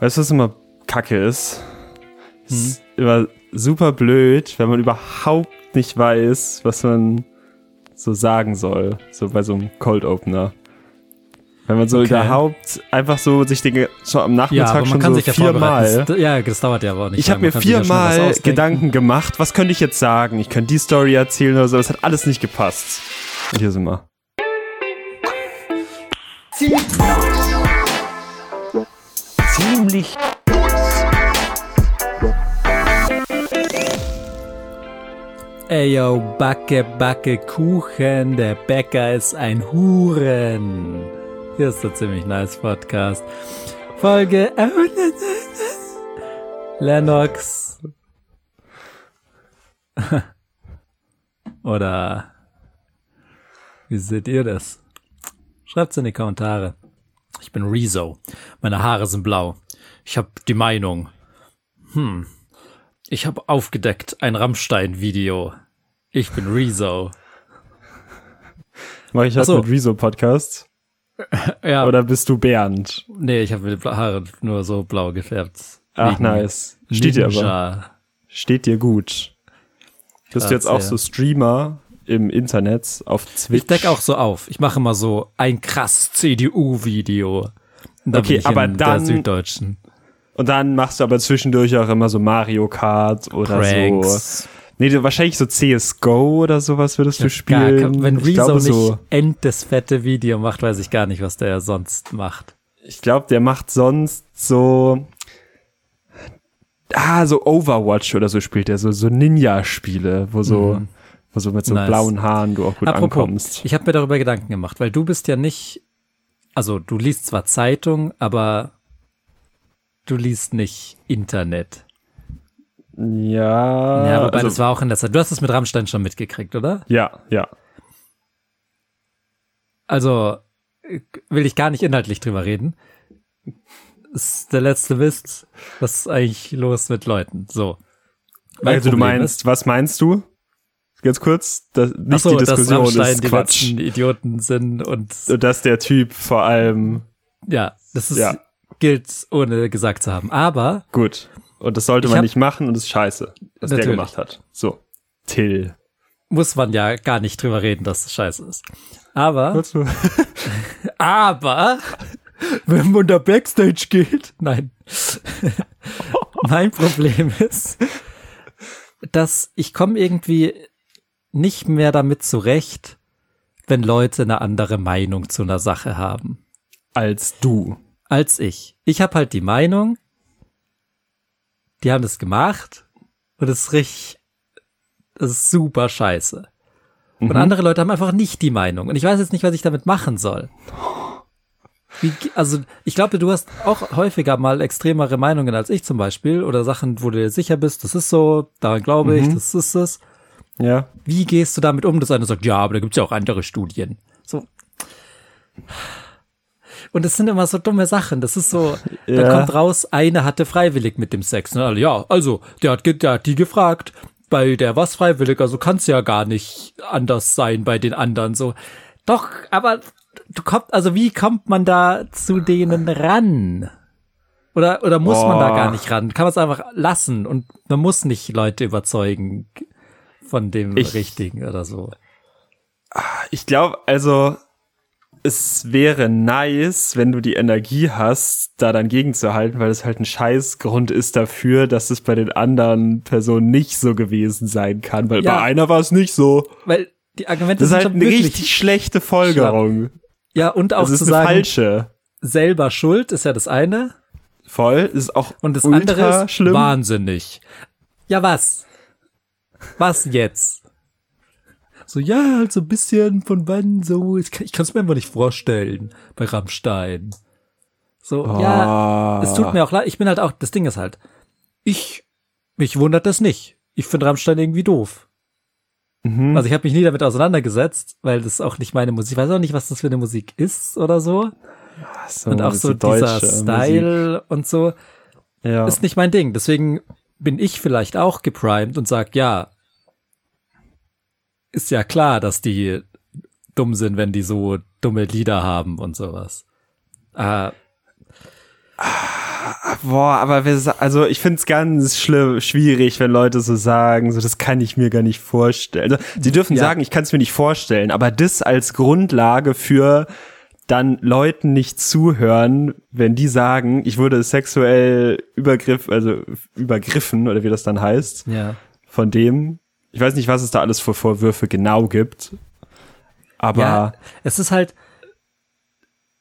Weißt du, was immer Kacke ist? Hm. Ist immer super blöd, wenn man überhaupt nicht weiß, was man so sagen soll. So bei so einem Cold Opener. Wenn man so Okay. überhaupt einfach so sich den ge- schon am Ja, Nachmittag aber man schon kann so sich ja viermal. vorbereiten. Das, ja, das dauert ja aber auch nicht. Ich lange. habe mir Man kann sich ja schon was viermal ausdenken. Gedanken gemacht, was könnte ich jetzt sagen? Ich könnte die Story erzählen oder so, das hat alles nicht gepasst. Und hier sind wir. Ziemlich. Ey, yo, Backe, Backe, Kuchen, der Bäcker ist ein Huren. Hier ist der ziemlich nice Podcast. Folge äh, Lennox. Oder wie seht ihr das? Schreibt's in die Kommentare. Ich bin Rezo. Meine Haare sind blau. Ich habe die Meinung. Hm. Ich habe aufgedeckt ein Rammstein-Video. Ich bin Rezo. Mach ich das Ach so. mit Rezo Podcast? Ja, Oder bist du Bernd? nee, ich habe die Haare nur so blau gefärbt. Ach, Wegen nice. Steht dir aber. Ninja. Steht dir gut. Bist Krass, du jetzt auch ja. so Streamer im Internet auf Twitch? Ah, Ich deck auch so auf. Ich mache immer so ein krass CDU-Video. Da Okay, bin ich aber in dann- der Süddeutschen. Und dann machst du aber zwischendurch auch immer so Mario Kart oder so. Pranks. Nee, du, wahrscheinlich so CSGO oder sowas würdest du Gar spielen. kein, wenn ich Rezo glaube nicht so. end das fette Video macht, weiß ich gar nicht, was der sonst macht. Ich glaube, der macht sonst so. Ah, so Overwatch oder so spielt er, so, so Ninja-Spiele, wo so, wo so mit so Mhm. Nice. blauen Haaren du auch gut ankommst. ich habe mir darüber Gedanken gemacht, weil du bist ja nicht, also du liest zwar Zeitung, aber du liest nicht Internet. Ja. Ja, wobei also- das war auch in der Zeit. Du hast es mit Rammstein schon mitgekriegt, oder? ja, ja. Also äh, will ich gar nicht inhaltlich drüber reden. Ist der letzte Mist, was ist eigentlich los mit Leuten? So. Mein also du Problem meinst, was meinst du? Ganz kurz, das, Ach nicht so, die Diskussion dass Rammstein ist die Quatsch. letzten Idioten sind und Und dass der Typ vor allem ja, das ist, Ja. gilt ohne gesagt zu haben. Aber gut. Und das sollte Ich man hab- nicht machen und das ist scheiße, was der Natürlich. gemacht hat. So. Till. muss man ja gar nicht drüber reden, dass es scheiße ist. Aber, aber, wenn man da Backstage geht, nein. mein Problem ist, dass ich komme irgendwie nicht mehr damit zurecht, wenn Leute eine andere Meinung zu einer Sache haben Als du. als ich. Ich habe halt die Meinung, die haben das gemacht und es ist richtig, das ist super scheiße. Und andere Leute haben einfach nicht die Meinung. Und ich weiß jetzt nicht, was ich damit machen soll. Wie, ge- also, ich glaube, du hast auch häufiger mal extremere Meinungen als ich zum Beispiel oder Sachen, wo du dir sicher bist, das ist so, daran glaube ich, das ist es. Ja. Wie gehst du damit um, dass einer sagt, ja, aber da gibt's ja auch andere Studien. So. Und das sind immer so dumme Sachen. Das ist so, da Ja. kommt raus, eine hatte freiwillig mit dem Sex. Und alle, ja, also, der hat, ge- der hat die gefragt. Bei der war's freiwillig, also kann's ja gar nicht anders sein bei den anderen. So, doch, aber du kommst, also wie kommt man da zu denen ran? Oder, oder muss man da Boah. gar nicht ran? Kann man es einfach lassen und man muss nicht Leute überzeugen von dem Ich- Richtigen oder so. Ich glaube, also es wäre nice, wenn du die Energie hast, da dann gegenzuhalten, weil es halt ein Scheißgrund ist dafür, dass es bei den anderen Personen nicht so gewesen sein kann, weil Ja. bei einer war es nicht so. Weil die Argumente Das ist sind halt schon eine möglich. richtig schlechte Folgerung. Ja, und auch Das ist zu eine sagen, falsche. selber schuld ist ja das eine Voll. Ist auch und das ultra andere ist schlimm. wahnsinnig. Ja, was? Was jetzt? So, ja, halt so ein bisschen von wann so. Ich kann es mir einfach nicht vorstellen bei Rammstein. So, ja, Ah. Es tut mir auch leid. Ich bin halt auch, das Ding ist halt, ich, mich wundert das nicht. Ich finde Rammstein irgendwie doof. Ah. Mhm. Hm. Also ich habe mich nie damit auseinandergesetzt, weil das auch nicht meine Musik. Ich weiß auch nicht, was das für eine Musik ist oder so. Ach so, Und auch diese so dieser deutsche Musik. Style und so Ja. ist nicht mein Ding. Deswegen bin ich vielleicht auch geprimed und sag, ja, ist ja klar, dass die dumm sind, wenn die so dumme Lieder haben und sowas. Ah, Boah, aber wir, sa- also ich finde es ganz schlimm, schwierig, wenn Leute so sagen, so das kann ich mir gar nicht vorstellen. Also, sie dürfen Mhm, Ja. sagen, ich kann es mir nicht vorstellen, aber das als Grundlage für dann Leuten nicht zuhören, wenn die sagen, ich wurde sexuell übergriff, also übergriffen oder wie das dann heißt, Ja. von dem. Ich weiß nicht, was es da alles für Vorwürfe genau gibt, aber ja. Es ist halt.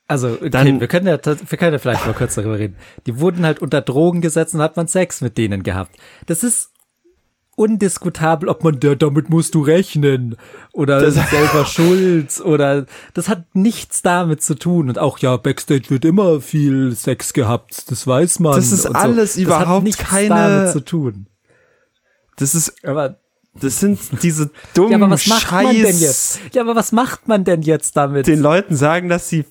Also, okay, Dann- wir, können ja, tats- wir können ja vielleicht mal kurz darüber reden. Die wurden halt unter Drogen gesetzt und hat man Sex mit denen gehabt. Das ist undiskutabel, ob man, "Ja, damit musst du rechnen. Oder selber schuld. Oder das hat nichts damit zu tun. Und auch, ja, Backstage wird immer viel Sex gehabt. Das weiß man. Das ist und alles so. das hat überhaupt nichts keine- damit zu tun. das ist, Aber das sind diese dummen Ja, aber was macht Hm, Scheiß. man denn jetzt? Ja, aber was macht man denn jetzt damit? Den Leuten sagen, dass sie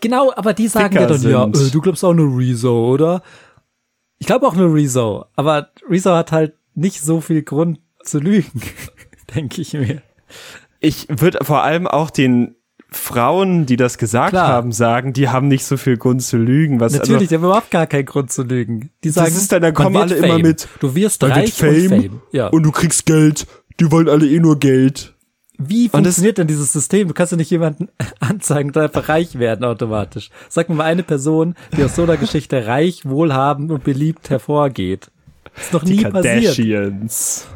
genau, aber die sagen ja Ficker dann, ja, sind. äh, du glaubst auch nur Rezo, oder? Ich glaube auch nur Rezo, aber Rezo hat halt nicht so viel Grund zu lügen, denke ich mir. ich würde vor allem auch den Frauen, die das gesagt Klar. haben, sagen, die haben nicht so viel Grund zu lügen. Was Natürlich, Also, die haben überhaupt gar keinen Grund zu lügen. Die sagen, ist dann, da man kommen wird alle Fame. immer mit, Du wirst man wird reich Fame, und Fame. Ja. und du kriegst Geld. Die wollen alle eh nur Geld. Wie Und das- funktioniert denn dieses System? Du kannst ja nicht jemanden anzeigen und einfach reich werden automatisch. Sag mir mal eine Person, die aus so einer Geschichte reich, wohlhabend und beliebt hervorgeht. Ist noch nie passiert. Kardashians.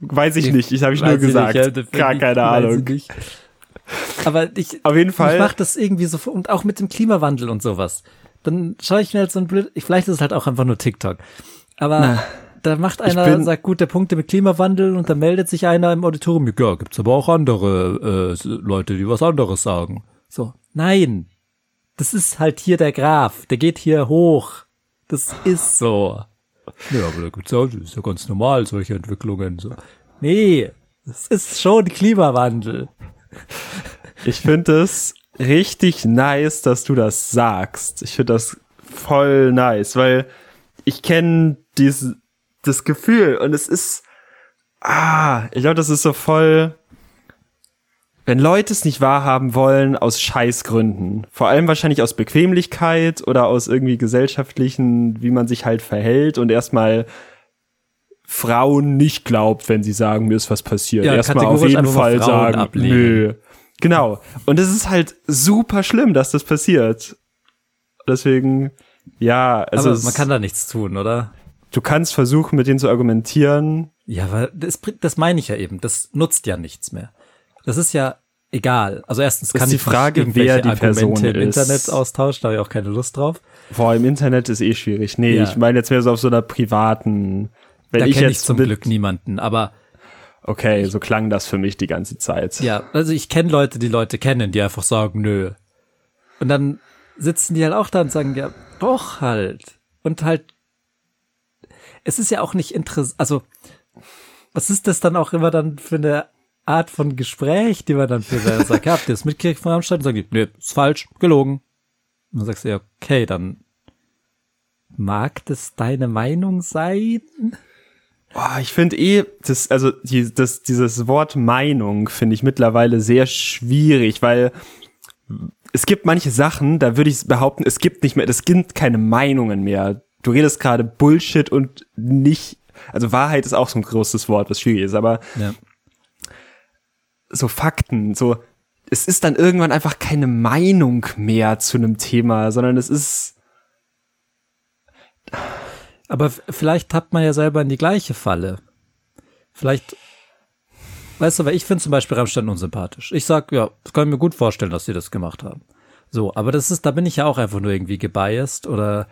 Weiß ich nicht, ich habe ich Weiß nur gesagt. nicht, ja, das- Gar keine weiß ich Ahnung. nicht. Aber ich, Auf jeden Fall. ich mach das irgendwie so, und auch mit dem Klimawandel und sowas. Dann schaue ich mir halt so ein blöd, ich- vielleicht ist es halt auch einfach nur TikTok. Aber da macht einer, bin- sagt gute Punkte mit Klimawandel und dann meldet sich einer im Auditorium, ja, gibt's aber auch andere äh, Leute, die was anderes sagen. So, nein. Das ist halt hier der Graph, der geht hier hoch. Das ist so. Ja, aber da gibt's ja, das ist ja ganz normal, solche Entwicklungen. So. Nee, es ist schon Klimawandel. Ich finde es richtig nice, dass du das sagst. Ich finde das voll nice, weil ich kenne dieses das Gefühl und es ist ah, ich glaube, das ist so voll wenn Leute es nicht wahrhaben wollen aus Scheißgründen, vor allem wahrscheinlich aus Bequemlichkeit oder aus irgendwie gesellschaftlichen, wie man sich halt verhält und erstmal Frauen nicht glaubt, wenn sie sagen, mir ist was passiert. Ja, erstmal auf kategorisch jeden einfach mal Fall Frauen sagen, ablehnen. nö. Genau. Und es ist halt super schlimm, dass das passiert. Deswegen, ja, also aber es- man kann da nichts tun, oder? du kannst versuchen, mit denen zu argumentieren. Ja, aber das, bringt- das meine ich ja eben. Das nutzt ja nichts mehr. Das ist ja egal. Also erstens kann die ich Frage, nicht irgendwelche wer die Argumente Person im ist. Internet austauschen, da habe ich auch keine Lust drauf. Vor im Internet ist eh schwierig. Nee, Ja. ich meine jetzt mehr so auf so einer privaten. Wenn Da ich kenne jetzt ich zum mit, Glück niemanden, aber Okay, so klang das für mich die ganze Zeit. Ja, also ich kenne Leute, die Leute kennen, die einfach sagen, nö. Und dann sitzen die halt auch da und sagen, ja, doch halt. Und halt, es ist ja auch nicht interessant, also, was ist das dann auch immer dann für eine Art von Gespräch, die man dann für dann sagt, ja, habt ihr das mitgekriegt von Rammstein? Und sagen die, nö, ist falsch, gelogen. Und dann sagst du, ja, okay, dann mag das deine Meinung sein? Boah, ich finde eh, das, also die, das, dieses Wort Meinung finde ich mittlerweile sehr schwierig, weil es gibt manche Sachen, da würde ich behaupten, es gibt nicht mehr, es gibt keine Meinungen mehr. Du redest gerade Bullshit und nicht, also Wahrheit ist auch so ein großes Wort, was schwierig ist, aber Ja. so Fakten, so es ist dann irgendwann einfach keine Meinung mehr zu einem Thema, sondern es ist Aber f- vielleicht tappt man ja selber in die gleiche Falle. Vielleicht, weißt du, weil ich finde zum Beispiel Rammstein unsympathisch. Ich sag, ja, das kann ich mir gut vorstellen, dass sie das gemacht haben. So, aber das ist, da bin ich ja auch einfach nur irgendwie gebiased oder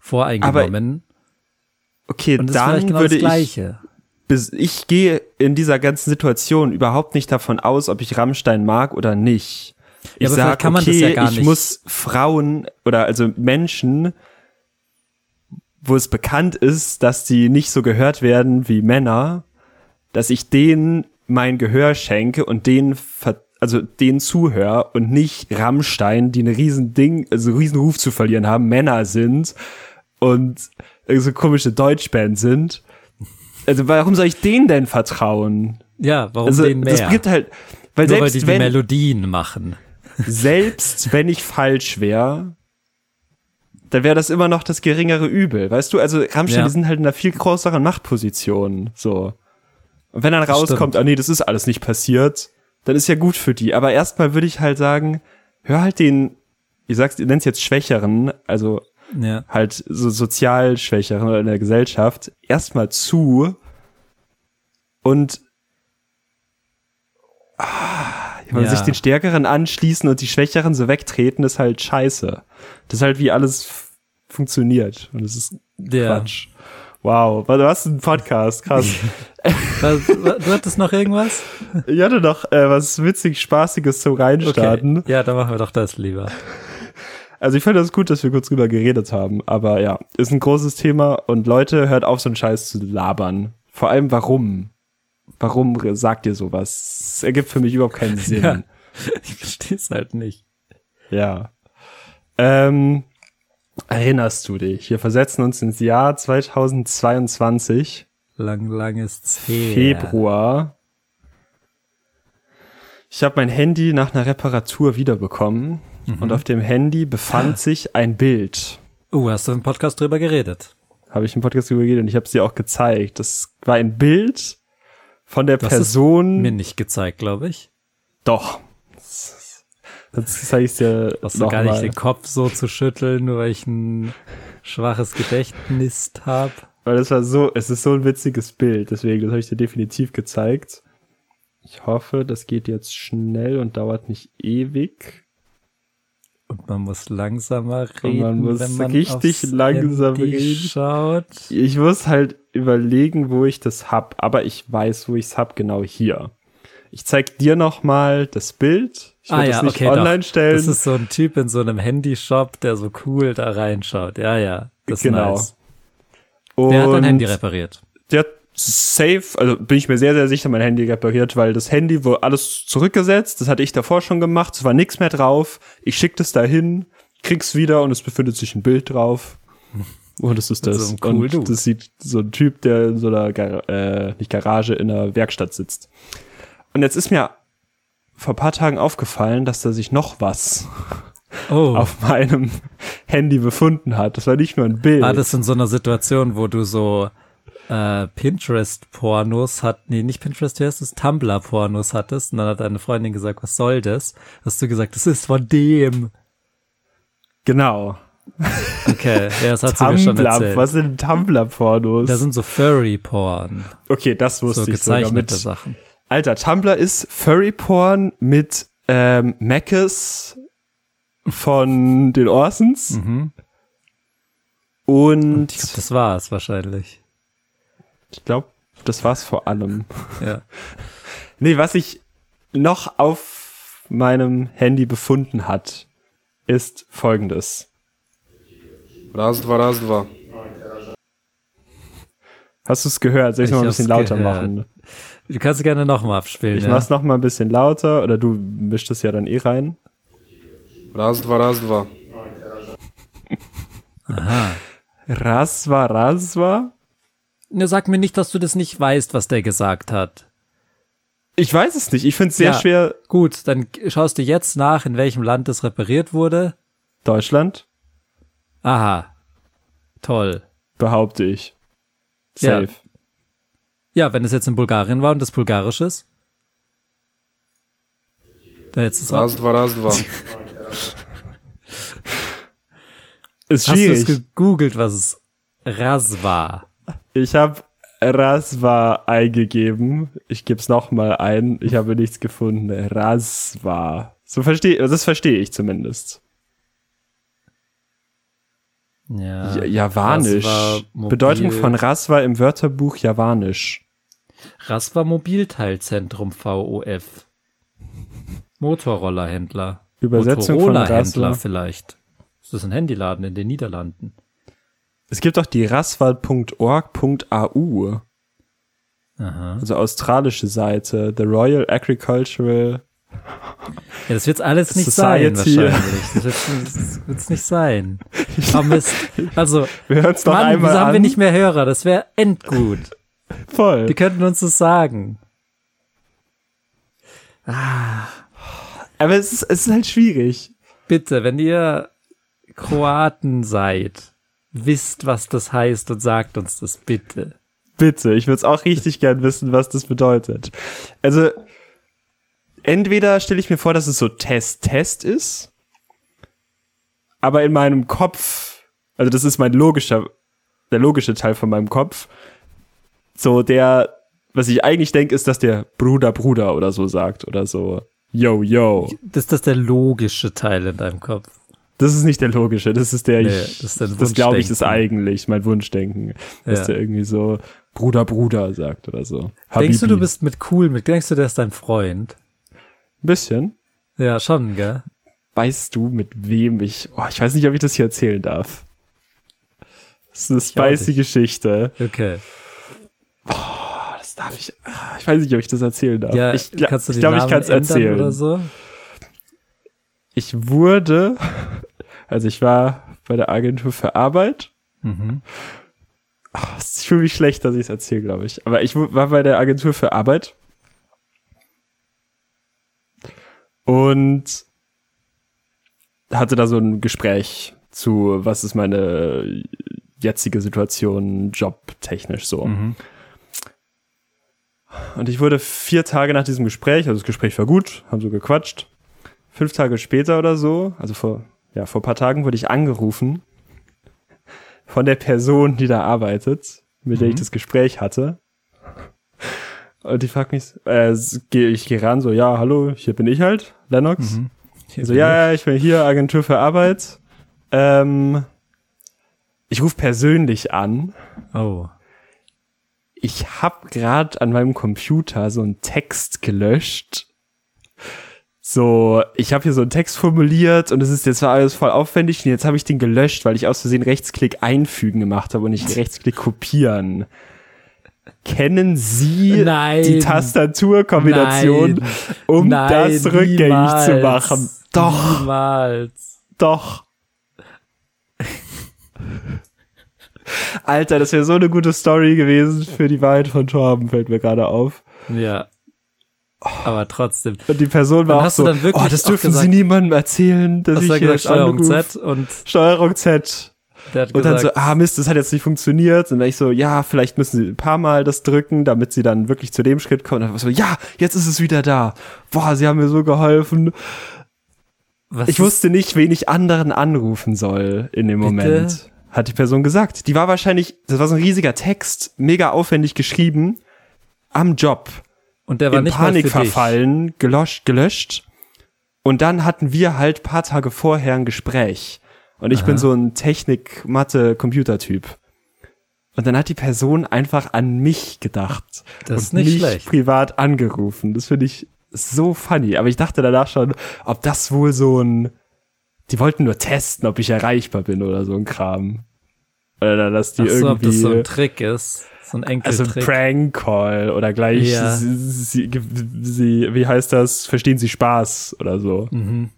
voreingenommen. okay, Und das ist dann vielleicht genau würde das ich Gleiche. bis- ich gehe in dieser ganzen Situation überhaupt nicht davon aus, ob ich Rammstein mag oder nicht. ich Ja, aber vielleicht sage, kann man okay, das ja gar ich nicht. muss Frauen oder also Menschen, wo es bekannt ist, dass die nicht so gehört werden wie Männer, dass ich denen mein Gehör schenke und denen ver also denen zuhöre und nicht Rammstein, die ein riesen Ding, also einen riesen Ruf zu verlieren haben, Männer sind und so komische Deutschband sind. Also warum soll ich denen denn vertrauen? Ja, warum Also denen mehr? das gibt halt, weil nur weil die selbst die wenn Melodien machen. selbst wenn ich falsch wäre, dann wäre das immer noch das geringere Übel. Weißt du, also Rammstein, Ja. die sind halt in einer viel größeren Machtposition. So. Und wenn dann rauskommt, ah nee, das ist alles nicht passiert, dann ist ja gut für die. Aber erstmal würde ich halt sagen, hör halt den, ihr sagt, ihr nennt jetzt Schwächeren, also Ja. halt so sozial Schwächeren oder in der Gesellschaft erstmal zu und ah, wenn man Ja. sich den Stärkeren anschließen und die Schwächeren so wegtreten, ist halt scheiße. Das ist halt wie alles f- funktioniert und das ist Ja. Quatsch. Wow, wa- du hast einen Podcast, krass. Was, wa- du hattest noch irgendwas? Ich hatte noch äh, was witzig Spaßiges zum Reinstarten. Okay. Ja, dann machen wir doch das lieber. Also ich finde das gut, dass wir kurz drüber geredet haben, aber ja, ist ein großes Thema und Leute, hört auf, so einen Scheiß zu labern. Vor allem warum? Warum re- sagt ihr sowas? Es ergibt für mich überhaupt keinen Sinn. Ja. Ja. Ich verstehe es halt nicht. Ähm, erinnerst du dich? Wir versetzen uns ins Jahr 2022, Lang, lang ist's her. Februar. Ich habe mein Handy nach einer Reparatur wiederbekommen und auf dem Handy befand sich ein Bild. Oh, hast du im Podcast drüber geredet? habe ich im Podcast drüber geredet und ich habe es dir auch gezeigt. Das war ein Bild von der ist Person. Mir nicht gezeigt, glaube ich. Doch. Sonst zeige ich dir Brauchst du noch gar mal. nicht den Kopf so zu schütteln, nur weil ich ein schwaches Gedächtnis habe. Weil das war so, es ist so ein witziges Bild, deswegen, das habe ich dir definitiv gezeigt. Ich hoffe, das geht jetzt schnell und dauert nicht ewig. Und man muss langsamer Und reden, man muss wenn man richtig aufs langsam Handy reden. schaut. Ich muss halt überlegen, wo ich das hab, aber ich weiß, wo ich es hab, genau hier. Ich zeig dir noch mal das Bild. Ich ah werd ja, es nicht okay, online doch. stellen. Das ist so ein Typ in so einem Handyshop, der so cool da reinschaut. Ja, ja, das ist Genau. nice. Der hat dein Und- Handy repariert. der hat safe, also bin ich mir sehr, sehr sicher, mein Handy repariert, weil das Handy wurde alles zurückgesetzt, das hatte ich davor schon gemacht, es war nichts mehr drauf, ich schick das dahin, krieg's wieder und es befindet sich ein Bild drauf. Und es ist Mit das. so einem coolen und Dude. das sieht so ein Typ, der in so einer, Gar äh, nicht Garage, in einer Werkstatt sitzt. Und jetzt ist mir vor ein paar Tagen aufgefallen, dass da sich noch was Oh, auf meinem Handy befunden hat. Das war nicht nur ein Bild. war Ah, das in so einer Situation, wo du so äh, Pinterest-Pornos hat, nee, nicht Pinterest, wie heißt es, Tumblr-Pornos hattest und dann hat deine Freundin gesagt, was soll das? Hast du gesagt, das ist von dem. genau. Okay, ja, das hat sie mir schon Tumblr, erzählt. was sind Tumblr-Pornos? Da sind so Furry-Porn, Okay, das wusste so ich sogar mit. gezeichnete Sachen. Alter, Tumblr ist Furry-Porn mit ähm, Mackes von den Orsons. Mhm. Und Ich glaub, das war es wahrscheinlich. ich glaube, das war's vor allem. Ja. Nee, was ich noch auf meinem Handy befunden hat, ist folgendes. Раз, два, раз, два. Hast du es gehört? Soll ich Ich noch mal ein hab's bisschen lauter gehört. machen? Du kannst gerne nochmal abspielen. Ich ja. mach's noch mal ein bisschen lauter oder du mischst es ja dann eh rein. Раз, два, раз, два. Raswa, Raswa. Ne, sag mir nicht, dass du das nicht weißt, was der gesagt hat. Ich weiß es nicht. Ich finde es sehr Ja. schwer. Gut, dann g- schaust du jetzt nach, in welchem Land das repariert wurde. Deutschland, Aha. Toll. behaupte ich. Ja. Safe. Ja, wenn es jetzt in Bulgarien war und das bulgarisch ist. Da jetzt ist Раз, два, раз, два. Ist Hast du es schwierig. gegoogelt, was es Ras war? Ich habe Raswa eingegeben. Ich gebe es nochmal ein. Ich habe nichts gefunden. Raswa. So verstehe, das verstehe ich zumindest. Ja. Ja, Javanisch. Raswa, Ah. mobil. Bedeutung von Raswa im Wörterbuch Javanisch. Ras war Mobilteilzentrum VOF. Motorrollerhändler. Übersetzung von Motorollerhändler Ras war- vielleicht. Ist das ein Handyladen in den Niederlanden? Es gibt auch die raswa.org.au. Aha. Also australische Seite. The Royal Agricultural Ja, das wird's alles nicht Society. sein wahrscheinlich. Das wird's, das wird's nicht sein. Aber Mist. Also, Wir hören's noch Mann, einmal wieso haben wir an? nicht mehr Hörer? Das wäre endgut. Voll. Die könnten uns das sagen. Aber es ist, es ist halt schwierig. Bitte, wenn ihr Kroaten seid, wisst, was das heißt und sagt uns das bitte. Bitte, ich würde es auch richtig gern wissen, was das bedeutet. Also, entweder stelle ich mir vor, dass es so Test-Test ist, aber in meinem Kopf, also das ist mein logischer, der logische Teil von meinem Kopf, so der, was ich eigentlich denke, ist, dass der Bruder, Bruder oder so sagt oder so. Yo, yo. Das, das ist der logische Teil in deinem Kopf. Das ist nicht der logische, das ist der, Nee, ich, das das, ist dein glaube ich, Wunschdenken. ist eigentlich mein Wunschdenken, Ja. dass der irgendwie so Bruder, Bruder sagt oder so. Denkst Habibi. du, du bist mit cool, mit, denkst du, der ist dein Freund? Ein bisschen. Ja, schon, gell? Weißt du, mit wem ich. Oh, ich weiß nicht, ob ich das hier erzählen darf. Das ist auch eine spicy Geschichte. Okay. Oh, das darf ich. ah, Ich weiß nicht, ob ich das erzählen darf. Ja, ich gla- kannst du ich den glaube, ich Namen kann es ändern erzählen. oder so? Ich wurde. Also, ich war bei der Agentur für Arbeit. Mhm. Ich fühle mich schlecht, dass ich es erzähle, glaube ich. Aber ich war bei der Agentur für Arbeit. Und hatte da so ein Gespräch zu, was ist meine jetzige Situation jobtechnisch so. Mhm. Und ich wurde vier Tage nach diesem Gespräch, also das Gespräch war gut, haben so gequatscht. Fünf Tage später oder so, also vor, ja, vor ein paar Tagen wurde ich angerufen von der Person, die da arbeitet, mit der ich das Gespräch hatte. Und die fragt mich, äh, s- geh- ich gehe ran, so, ja, hallo, hier bin ich halt, Lennox. Mhm. So, ja, ja, ich bin hier, Agentur für Arbeit. Ähm, ich rufe persönlich an Oh. ich habe gerade an meinem Computer so einen Text gelöscht. So, ich habe hier so einen Text formuliert und es ist jetzt war alles voll aufwendig und jetzt habe ich den gelöscht, weil ich aus Versehen Rechtsklick einfügen gemacht habe und nicht Rechtsklick kopieren. Kennen Sie Nein. die Tastaturkombination, Nein. um Nein, das rückgängig niemals. zu machen? Doch, Niemals. doch. Alter, das wäre so eine gute Story gewesen für die Wahrheit von Torben, fällt mir gerade auf. Ja. Aber trotzdem. Und die Person Dann war auch hast du so, dann wirklich oh, das auch dürfen gesagt- sie niemandem erzählen, dass Hast ich du dann hier gesagt, Steuerung anrufe." Z und Steuerung Z. der hat Und dann gesagt, so, ah Mist, das hat jetzt nicht funktioniert. Und dann ich so, ja, vielleicht müssen sie ein paar Mal das drücken, damit sie dann wirklich zu dem Schritt kommen. Und dann war ich so, ja, jetzt ist es wieder da. Boah, sie haben mir so geholfen. was Ich wusste nicht, wen ich anderen anrufen soll in dem Bitte? Moment. Hat die Person gesagt. Die war wahrscheinlich, das war so ein riesiger Text, mega aufwendig geschrieben, am Job und der war in nicht Panik mal für dich. verfallen, gelöscht, gelöscht. Und dann hatten wir halt paar Tage vorher ein Gespräch. Und ich bin so ein Technik-Mathe-Computertyp. Und dann hat die Person einfach an mich gedacht. Das ist und nicht mich schlecht. privat angerufen. Das finde ich so funny. Aber ich dachte danach schon, ob das wohl so ein, die wollten nur testen, ob ich erreichbar bin oder so ein Kram. Oder dass die Ach so, ob irgendwie das so ein Trick ist. So ein also ein Enkeltrick. Prank-Call oder gleich, Ja. sie, sie, sie, wie heißt das, verstehen Sie Spaß oder so. mhm.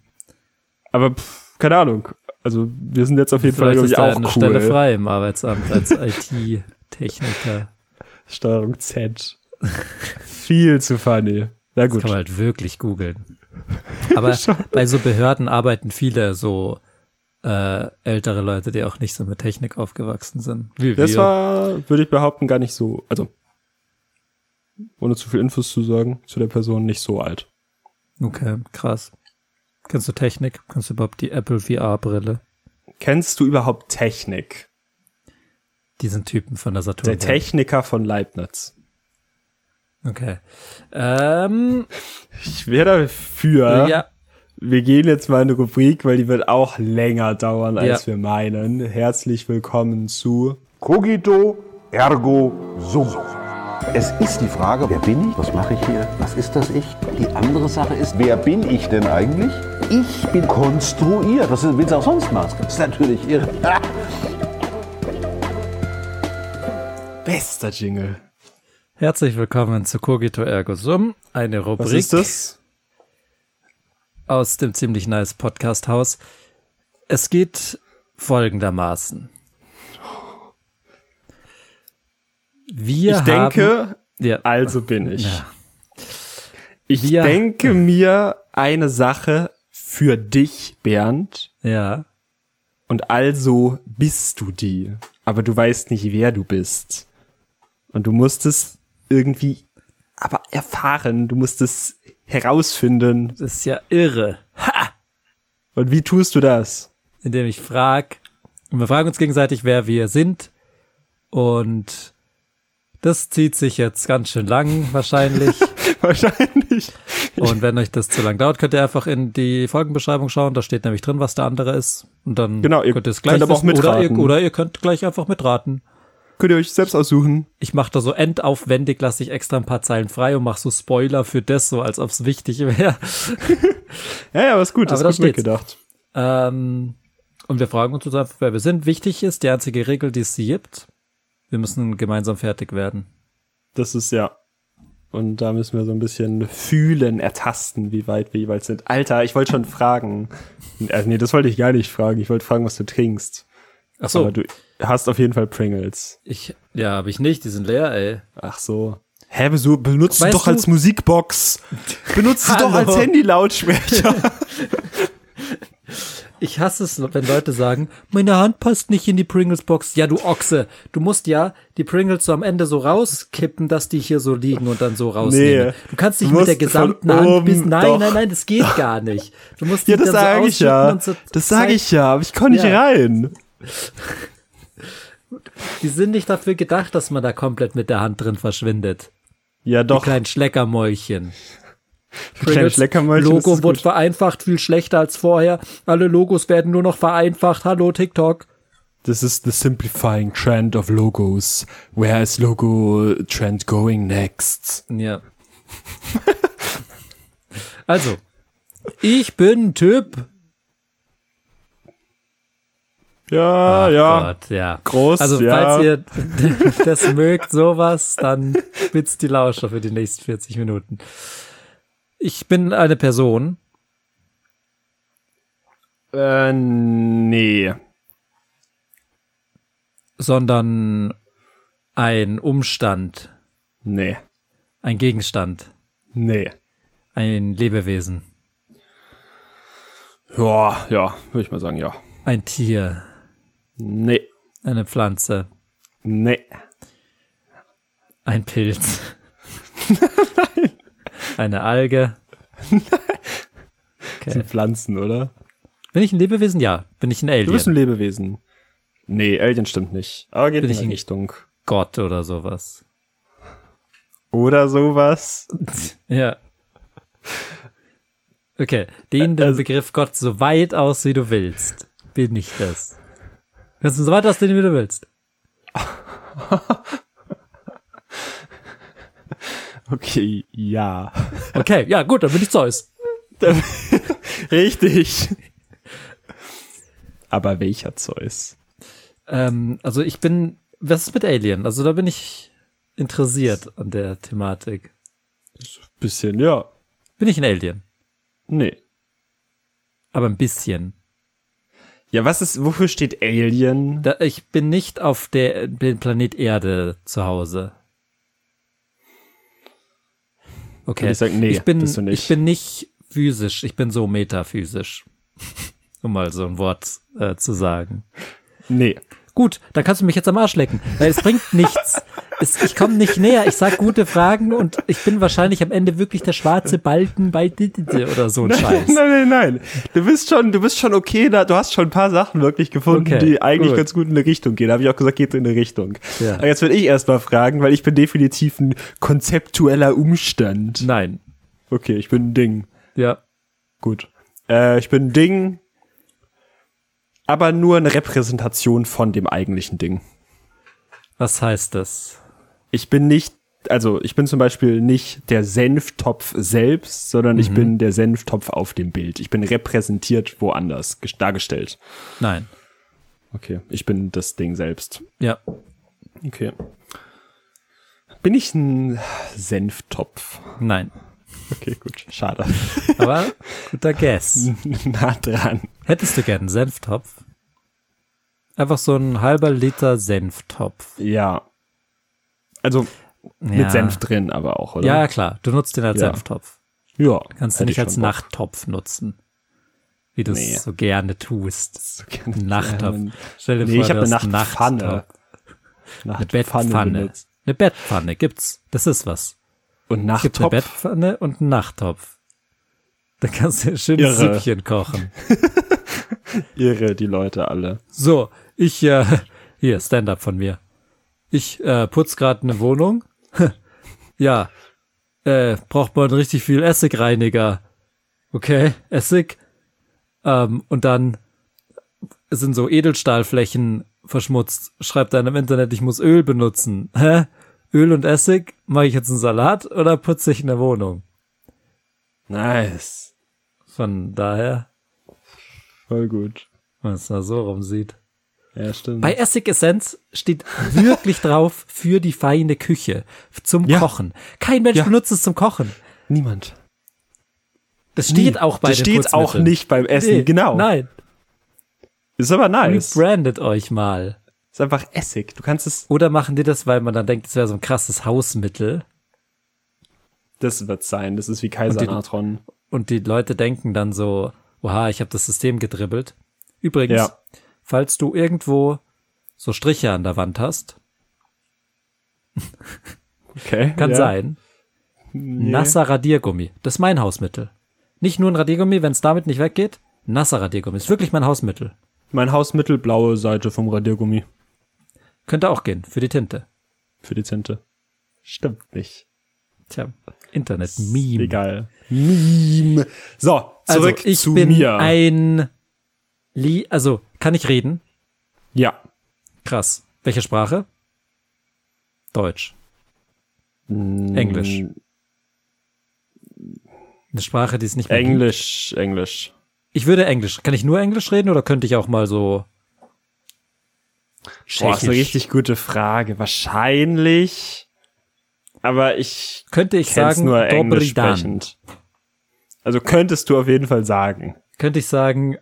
Aber pff, keine Ahnung. Also wir sind jetzt auf jeden Fall, Vielleicht glaube ich, ist da auch eine cool. Stelle frei im Arbeitsamt als IT-Techniker. Steuerung Z. Viel zu funny. Na Das gut. kann man halt wirklich googeln. Aber bei so Behörden arbeiten viele so äh, ältere Leute, die auch nicht so mit Technik aufgewachsen sind. Wie Das wir. war, würde ich behaupten, gar nicht so, also ohne zu viel Infos zu sagen, zu der Person nicht so alt. okay, krass. Kennst du Technik? Kennst du überhaupt die Apple VR-Brille? Kennst du überhaupt Technik? Diesen Typen von der Saturn. Der Techniker von Leibniz. Okay. Ähm, Ich wäre dafür, ja, Wir gehen jetzt mal in eine Rubrik, weil die wird auch länger dauern, als wir meinen. Herzlich willkommen zu. Cogito ergo sum. Es ist die Frage, wer bin ich? Was mache ich hier? Was ist das Ich? Die andere Sache ist, Wer bin ich denn eigentlich? ich bin konstruiert. Was willst du auch sonst machen? Das ist natürlich irre. Bester Jingle. herzlich willkommen zu Cogito Ergo Sum, eine Rubrik Was ist das? aus dem ziemlich nice Podcast Haus. Es geht folgendermaßen. Wir Ich denke, haben, ja, also bin ich. Ja. Ich Ja. denke mir eine Sache für dich, Bernd, ja, Und also bist du die, aber du weißt nicht, wer du bist. Und du musst es irgendwie aber erfahren, du musst es herausfinden. Das ist ja irre. Und wie tust du das? indem ich frag, und wir fragen uns gegenseitig, wer wir sind. Und das zieht sich jetzt ganz schön lang wahrscheinlich. Wahrscheinlich. und wenn euch das zu lang dauert, könnt ihr einfach in die Folgenbeschreibung schauen. Da steht nämlich drin, was der andere ist. Und dann Genau, ihr könnt ihr es gleich könnt aber auch wissen. oder, ihr, mitraten. oder ihr könnt gleich einfach mitraten. Könnt ihr euch selbst aussuchen. Ich mache da so endaufwendig, lasse ich extra ein paar Zeilen frei und mache so Spoiler für das, so als ob es wichtig wäre. Ja, ja, was gut, Aber das da ist gut steht's. mitgedacht. Ähm, und wir fragen uns einfach, wer wir sind. Wichtig ist, die einzige Regel, die es gibt, wir müssen gemeinsam fertig werden. Das ist ja. Und da müssen wir so ein bisschen fühlen, ertasten, wie weit wir jeweils sind. Alter, ich wollte schon fragen. Also, nee, das wollte ich gar nicht fragen. Ich wollte fragen, was du trinkst. Ach so, Aber du hast auf jeden Fall Pringles. ich, ja, habe ich nicht, die sind leer, ey. Ach so. Hä, wieso? benutzt sie Weißt doch du- als Musikbox. Benutzt sie doch Hallo. als Handy-Lautsprecher. Ich hasse es, wenn Leute sagen, meine Hand passt nicht in die Pringles-Box. Ja, du Ochse, du musst ja die Pringles so am Ende so rauskippen, dass die hier so liegen und dann so rausnehmen. Nee, du kannst nicht du mit der musst von gesamten Hand oben bis, nein, doch. nein, nein, das geht gar nicht. Du musst die ja, das dann so sage ich ausschütten ja. und so Das sage zeigen. ich ja, aber ich konnte nicht Ja. rein. Die sind nicht dafür gedacht, dass man da komplett mit der Hand drin verschwindet. Ja, Die doch. kleinen Schleckermäulchen. kleines Schleckermäulchen, das Logo ist wird gut. vereinfacht, viel schlechter als vorher. Alle Logos werden nur noch vereinfacht. Hallo TikTok. This is the simplifying trend of logos. Where is logo trend going next? Ja. also, ich bin ein Typ. Ja, Ah, ja. Gott, ja. Groß, Also, ja. falls ihr das mögt, sowas, dann spitzt die Lauscher für die nächsten 40 Minuten. Ich bin eine Person. Äh, nee. sondern ein Umstand, Nee. ein Gegenstand, Nee. ein Lebewesen, Ja, ja, würde ich mal sagen, ja. ein Tier, Nee. eine Pflanze, Nee. ein Pilz, eine Alge. Das sind Pflanzen, oder? Bin ich ein Lebewesen? Ja. Bin ich ein Du bist ein Alien? Lebewesen. Nee, Alien stimmt nicht. Aber geht Bin in ich die ein- Richtung. Gott oder sowas. Oder sowas. Ja. Okay, dehn den Begriff Gott so weit aus, wie du willst. Bin ich das. Kannst du so weit ausdehnen, wie du willst. Okay, ja. Okay, ja gut, dann bin ich Zeus. Richtig. Aber welcher Zeus? Ähm, also ich bin, was ist mit Alien? Also da bin ich interessiert an der Thematik. Bisschen, ja. Bin ich ein Alien? Nee. Aber ein bisschen. Ja, was ist, wofür steht Alien? Da, ich bin nicht auf der, dem Planet Erde zu Hause. Okay. Würde ich sagen, nee, ich bin, bist du nicht. ich bin nicht physisch, ich bin so metaphysisch. um mal so ein Wort äh, zu sagen. Nee. Gut, dann kannst du mich jetzt am Arsch lecken. Weil es bringt nichts. Es, ich komme nicht näher. Ich sag gute Fragen und ich bin wahrscheinlich am Ende wirklich der schwarze Balken bei Didide oder so ein Scheiß. Nein, nein, nein. Du bist schon, du bist schon okay, da, du hast schon ein paar Sachen wirklich gefunden, Okay, die eigentlich gut. ganz gut in eine Richtung gehen. Da habe ich auch gesagt, geht in eine Richtung. Ja. Aber jetzt will ich erstmal fragen, weil ich bin definitiv ein konzeptueller Umstand. Nein. Okay, ich bin ein Ding. Ja. Gut. Äh, ich bin ein Ding, aber nur eine Repräsentation von dem eigentlichen Ding. Was heißt das? ich bin nicht, also ich bin zum Beispiel nicht der Senftopf selbst, sondern Mhm. ich bin der Senftopf auf dem Bild. Ich bin repräsentiert woanders ges- dargestellt. Nein. Okay, ich bin das Ding selbst. Ja. Okay. Bin ich ein Senftopf? Nein. Okay, gut. Schade. Aber guter Guess. nah dran. Hättest du gern einen Senftopf? Einfach so ein halber Liter Senftopf. Ja. Also Ja. mit Senf drin aber auch, oder? Ja, klar. Du nutzt den als Ja. Senftopf. ja. Kannst du Hätte nicht ich als schon Bock. Nachttopf nutzen. wie du es Nee. so gerne tust. So gerne Nachttopf. gerne. Stell dir Nee, vor, ich habe du eine hast einen Nachtpfanne. Nachttopf. Eine Nachtpfanne. Bettpfanne. benutzt. Eine Bettpfanne gibt's. Das ist was. Und Es gibt eine Nachttopf. Bettpfanne und einen Nachttopf. Da kannst du ein schönes Irre. Süppchen kochen. Irre, die Leute alle. So, ich, äh, hier, Stand-up von mir. Ich äh, putz gerade eine Wohnung. ja, äh, braucht man richtig viel Essigreiniger. Okay, Essig. Ähm, und dann sind so Edelstahlflächen verschmutzt. Schreibt dann im Internet, ich muss Öl benutzen. Hä? Öl und Essig? Mache ich jetzt einen Salat oder putze ich eine Wohnung? Nice. Von daher, Voll gut. wenn man es mal so rumsieht. Ja, stimmt. Bei Essigessenz steht wirklich drauf für die feine Küche, zum Ja. Kochen. Kein Mensch Ja. benutzt es zum Kochen. niemand. Das steht Nie. auch bei Das den steht auch Putzmitteln. nicht beim Essen, Nee, genau. Nein, Ist aber nice. rebrandet euch mal. Ist einfach Essig. Du kannst es. Oder machen die das, weil man dann denkt, das wäre so ein krasses Hausmittel Das wird sein. Das ist wie Kaisernatron. und die Leute denken dann so, oha, ich habe das System gedribbelt. Übrigens, Ja. falls du irgendwo so Striche an der Wand hast, Okay. Kann ja. sein. Nasser Radiergummi. Das ist mein Hausmittel. Nicht nur ein Radiergummi, wenn es damit nicht weggeht. Nasser Radiergummi ist wirklich mein Hausmittel. Mein Hausmittel, blaue Seite vom Radiergummi. Könnte auch gehen für die Tinte. Für die Tinte. Stimmt nicht. Tja, Internet-Meme. Egal. Meme. So, Also zurück ich zu bin mir. ein Li also kann ich reden? ja. Mhm. Krass. Welche Sprache? Deutsch. Hm. Englisch. Eine Sprache, die es nicht mehr gibt. Englisch, Englisch. Ich würde Englisch. Kann ich nur Englisch reden oder könnte ich auch mal so Boah, ist eine Tschechisch. richtig gute Frage. Wahrscheinlich. Aber ich könnte ich kenn's sagen nur Englisch Dobridan? sprechend. Also könntest du auf jeden Fall sagen. könnte ich sagen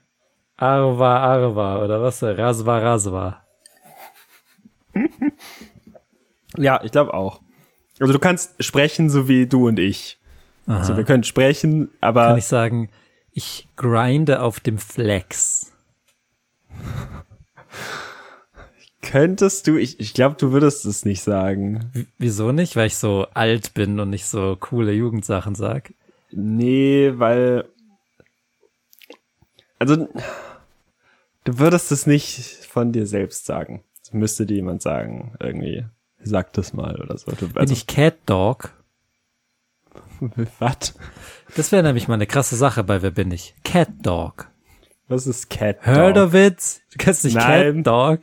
Arva Arva oder was? Rasva Rasva. Ja, ich glaube auch. Also du kannst sprechen, so wie du und ich. Also wir können sprechen, Kann aber ich sagen, ich grinde auf dem Flex. könntest du, ich, ich glaube, du würdest es nicht sagen. W- Wieso nicht? Weil ich so alt bin und nicht so coole Jugendsachen sag. Nee, weil. Also, du würdest es nicht von dir selbst sagen. Das müsste dir jemand sagen, irgendwie. Sag das mal oder so. Du, Bin also, ich Cat Dog? was? Das wäre nämlich mal eine krasse Sache bei Wer bin ich? Cat Dog. Was ist Cat? Heard Dog? of it? Du kennst nicht Nein. Cat Dog?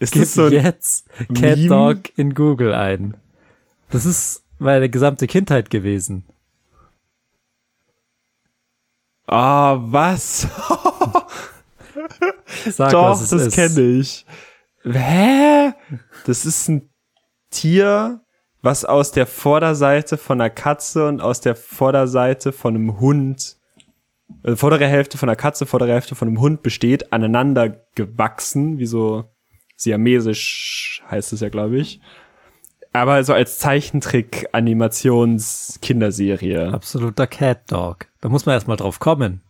Ist Gib das so ein, jetzt Cat Meme? Dog in Google ein. Das ist meine gesamte Kindheit gewesen. Ah, was? Sag, Doch, was es das ist. kenne ich. Hä? Das ist ein Tier, was aus der Vorderseite von einer Katze und aus der Vorderseite von einem Hund, äh, vordere Hälfte von einer Katze, vordere Hälfte von einem Hund besteht, aneinander gewachsen, wie so siamesisch heißt es ja, glaube ich. Aber so als Zeichentrick-Animations-Kinderserie. Absoluter Cat Dog. Da muss man erstmal drauf kommen.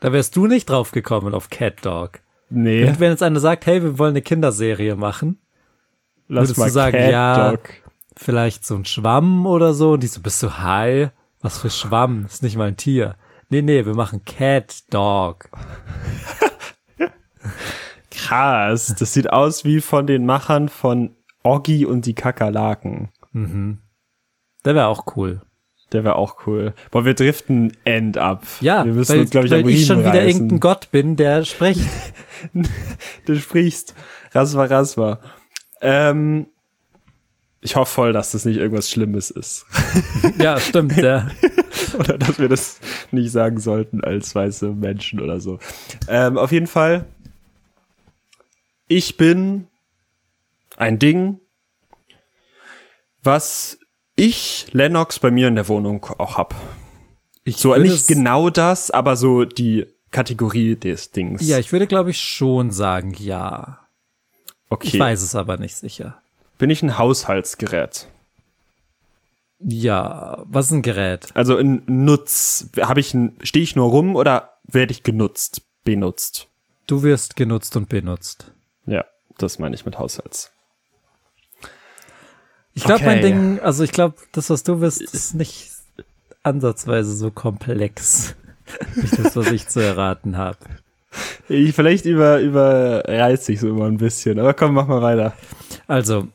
da wärst du nicht drauf gekommen auf Cat Dog. Nee, Und wenn jetzt einer sagt, hey, wir wollen eine Kinderserie machen, lass würdest mal du sagen, Cat ja. Dog. vielleicht so ein Schwamm oder so, und die so, bist du high? Was für Schwamm? Ist nicht mal ein Tier. Nee, nee, wir machen Cat Dog. Krass, das sieht aus wie von den Machern von Oggi und die Kakerlaken. Der wäre auch cool. Der wäre auch cool. Boah, wir driften end ab. Ja, wir müssen weil, uns, glaube ich, weil am ich schon Riemen wieder reißen. irgendein Gott bin, der spricht. Du sprichst. Raswa, Raswa. Ähm, ich hoffe voll, dass das nicht irgendwas Schlimmes ist. ja, stimmt, der. oder dass wir das nicht sagen sollten als weiße Menschen oder so. Ähm, auf jeden Fall, ich bin ein Ding, was ich, Lennox, bei mir in der Wohnung auch hab. Ich So würde nicht es- genau das, aber so die Kategorie des Dings. Ja, ich würde, glaube ich, schon sagen, ja. okay. Ich weiß es aber nicht sicher. Bin ich ein Haushaltsgerät? Ja, was ist ein Gerät? Also ein Nutz, habe ich ein, stehe ich nur rum oder werde ich genutzt, benutzt? Du wirst genutzt und benutzt. Ja, das meine ich mit Haushalts. Ich glaube, mein Okay. Ding, also ich glaube, das, was du wirst, ist nicht ansatzweise so komplex. Wie das, was ich zu erraten habe. Ich vielleicht über überreiß ich so immer ein bisschen, aber komm, mach mal weiter. Also,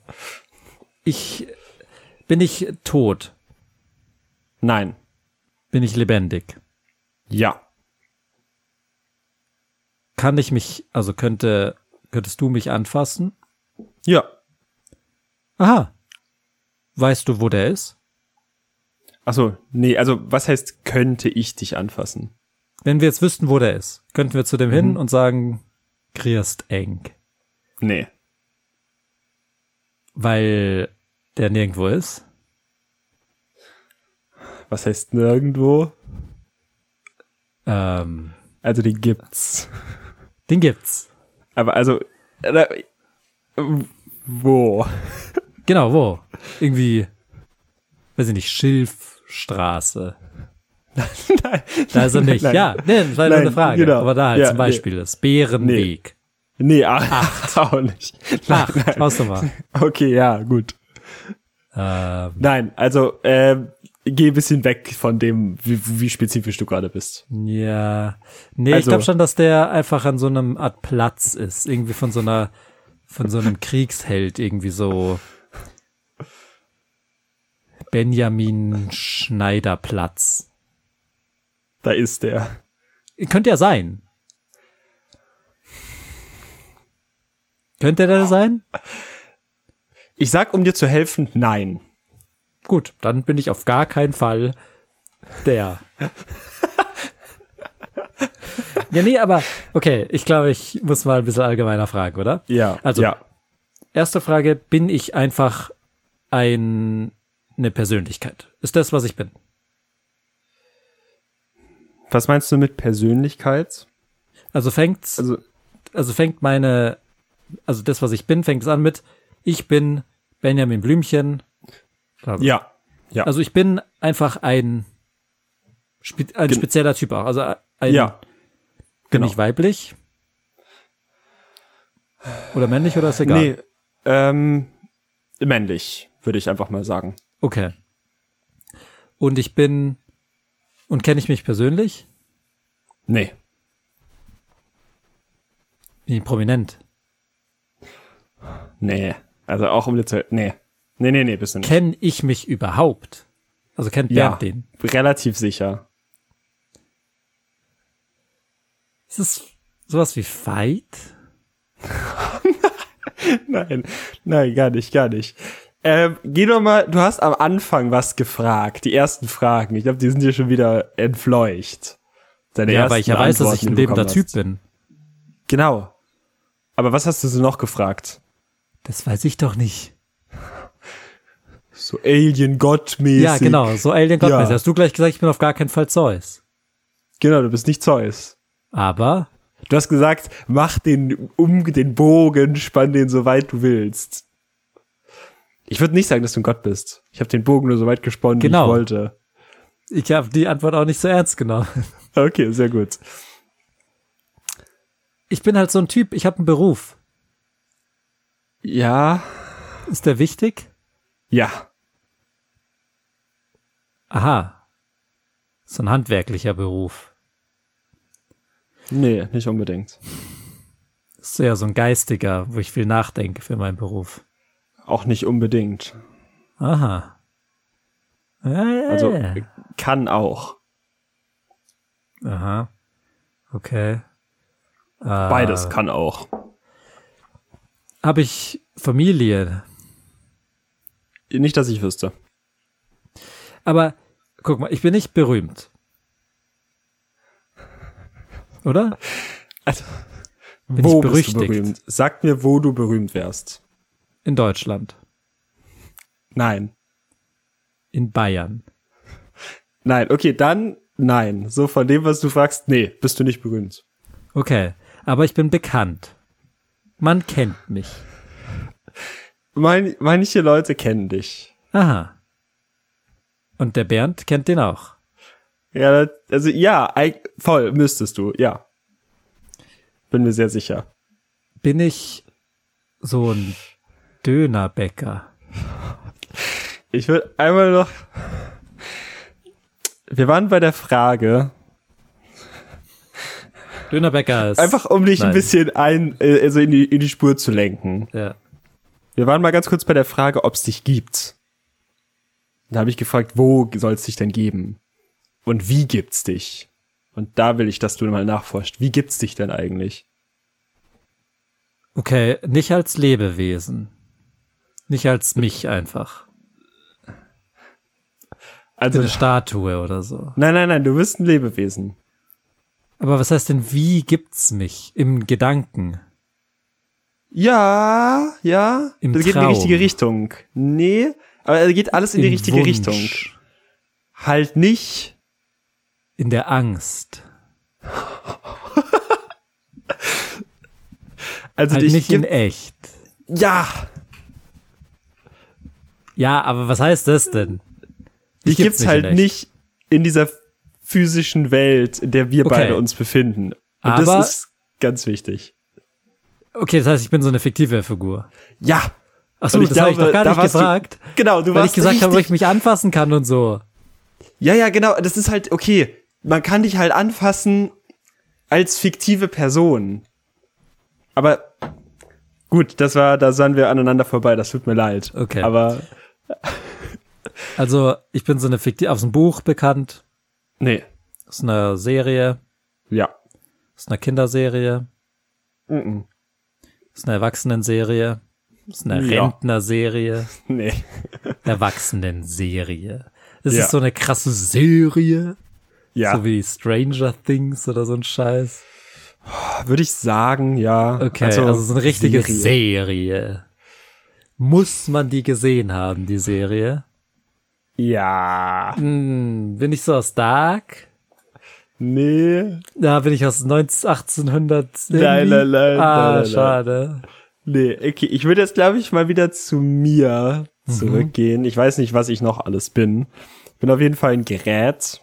ich bin ich tot, Nein. bin ich lebendig. Ja. Kann ich mich, also könnte, könntest du mich anfassen? Ja. Aha. Weißt du, wo der ist? Achso, nee, also was heißt könnte ich dich anfassen? Wenn wir jetzt wüssten, wo der ist, könnten wir zu dem hin und sagen, Kriest eng, Nee. weil der nirgendwo ist. Was heißt nirgendwo? Ähm, Also die gibt's. den gibt's. Aber also äh, wo? Genau, wo? Irgendwie, weiß ich nicht, Schilfstraße. da ist er nicht. Nein. Ja, nee, das war nur Nein, eine Frage. genau. Aber da halt Ja, zum Beispiel das Bärenweg. Nee, ah, auch nicht. Nein, Ach, nein. schaust du mal. Okay, ja, gut. Ah. Ähm, Nein, also äh, geh ein bisschen weg von dem, wie, wie spezifisch du gerade bist. ja. Nee, ich Also- glaube schon, dass der einfach an so einem Art Platz ist. Irgendwie von so einer, von so einem Kriegsheld irgendwie so. Benjamin Schneider Platz. Da ist der. Könnte ja sein. Könnte er da sein? Ich sag, um dir zu helfen, nein. Gut, dann bin ich auf gar keinen Fall der. ja, nee, aber okay, ich glaube, ich muss mal ein bisschen allgemeiner fragen, oder? Ja. Also, ja. erste Frage, bin ich einfach ein, eine Persönlichkeit? Ist das, was ich bin? Was meinst du mit Persönlichkeit? Also fängt's, also, Also also fängt meine, also das, was ich bin, fängt es an mit, ich bin Benjamin Blümchen. Glaube ja, ja, Also ich bin einfach ein, spe ein spezieller Typ auch. Also ein, ja. bin genau. ich weiblich? Oder männlich oder ist egal? Nee, ähm, männlich würde ich einfach mal sagen. Okay. Und ich bin und kenne ich mich persönlich? Nee. Bin ich prominent? Nee. Also auch um dir zu nee. Nee, nee, nee, bist du nicht. Kenne ich mich überhaupt? Also kennt ja, Bernd den? relativ sicher. Ist es sowas wie Fight? Nein, nein, gar nicht, gar nicht. Ähm, geh doch mal, du hast am Anfang was gefragt, die ersten Fragen. Ich glaube, die sind dir schon wieder entfleucht. Deine ja, weil ich ja ersten weiß, dass Antworten, ich die ein du lebender bekommen Typ hast. bin. Genau. Aber was hast du so noch gefragt? Das weiß ich doch nicht. So Alien-Gott-mäßig. Ja, genau. So Alien God Ja. Hast du gleich gesagt, ich bin auf gar keinen Fall Zeus. Genau, du bist nicht Zeus. Aber Du hast gesagt, mach den um den Bogen, spann den so weit du willst. Ich würde nicht sagen, dass du ein Gott bist. Ich habe den Bogen nur so weit gesponnen, wie Genau. ich wollte. ich habe die Antwort auch nicht so ernst genommen. Okay, sehr gut. Ich bin halt so ein Typ, ich habe einen Beruf. Ja, Ist der wichtig? ja, Aha. So ein handwerklicher Beruf. nee, nicht unbedingt. Ist ja so ein geistiger, wo ich viel nachdenke für meinen Beruf. Auch nicht unbedingt. Aha. Äh, Also kann auch Aha. Okay. Äh. beides, kann auch. Habe ich Familie? Nicht, dass ich wüsste. Aber guck mal, ich bin nicht berühmt. Oder? Also, Bin wo ich bist berüchtigt du berühmt? Sag mir, wo du berühmt wärst. in Deutschland, Nein, in Bayern. nein. Okay, dann nein. So von dem, was du fragst, nee, bist du nicht berühmt. Okay, aber ich bin bekannt. Man kennt mich. Mein, manche Leute kennen dich. Aha. Und der Bernd kennt den auch. Ja, also ja, eig- voll müsstest du, ja. Bin mir sehr sicher. Bin ich so ein Dönerbäcker? Ich will einmal noch. Wir waren bei der Frage, Dönerbäcker ist. einfach um dich ein Nein. bisschen ein, äh, also in die, in die Spur zu lenken. Ja. Wir waren mal ganz kurz bei der Frage, ob es dich gibt. Da habe ich gefragt, wo soll es dich denn geben? Und wie gibt's dich? Und da will ich, dass du mal nachforschst. Wie gibt's dich denn eigentlich? Okay, nicht als Lebewesen. Nicht als mich einfach. Also, Eine Genau. Statue oder so. nein, nein, nein, du bist ein Lebewesen. Aber was heißt denn, wie gibt's mich? Im Gedanken. Ja, ja. Im das geht in Traum. die richtige Richtung. Nee, aber es geht alles in die Im richtige Wunsch. Richtung. Halt nicht. In der Angst. Also Halt dich nicht in gibt, echt. ja, Ja, aber was heißt das denn? dich gibt's, in halt echt. nicht in dieser physischen Welt, in der wir Okay. beide uns befinden. Und Aber- das ist ganz wichtig. Okay, das heißt, ich bin so eine fiktive Figur. Ja. Ach so, Und ich das habe ich glaube, doch gar da nicht warst du- gefragt. Genau, du weil ich warst gesagt habe, wo richtig- ich mich anfassen kann und so. Ja, ja, genau. Das ist halt okay. Man kann dich halt anfassen als fiktive Person. Aber gut, das war, da sahen wir aneinander vorbei. Das tut mir leid. Okay. Aber Also, ich bin so eine fiktive, aus einem Buch bekannt, nee, aus einer Serie, ja, aus einer Kinderserie, Mm-mm. aus einer Erwachsenenserie, aus einer Ja. Rentnerserie, nee. Erwachsenenserie. Das Ja. ist so eine krasse Serie, Ja, so wie Stranger Things oder so ein Scheiß. würde ich sagen, ja. Okay, also, so eine richtige Serie. Serie. Muss man die gesehen haben, die Serie? Ja, Hm, bin ich so aus Dark? nee, Da bin ich aus 19, 1800. irgendwie? Nein, nein, nein, nein, Ah, nein. schade. nee. Okay, ich würde jetzt, glaube ich, mal wieder zu mir Mhm. zurückgehen. Ich weiß nicht, was ich noch alles bin. Ich bin auf jeden Fall ein Gerät.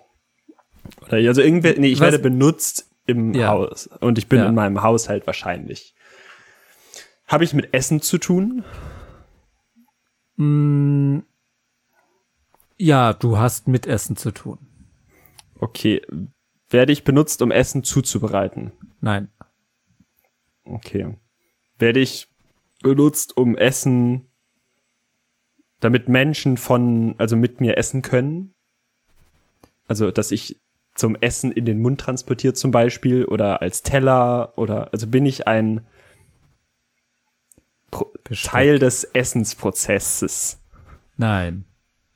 Oder, also irgendwer, nee, ich Was- werde benutzt im Ja. Haus. Und ich bin Ja. in meinem Haushalt wahrscheinlich. Habe ich mit Essen zu tun? Ja, du hast mit Essen zu tun. Okay. Werde ich benutzt, um Essen zuzubereiten? Nein. Okay. Werde ich benutzt, um Essen, damit Menschen von, also mit mir essen können? Also, dass ich zum Essen in den Mund transportiert zum Beispiel oder als Teller oder, also bin ich ein Pro Besteck. Teil des Essensprozesses. Nein.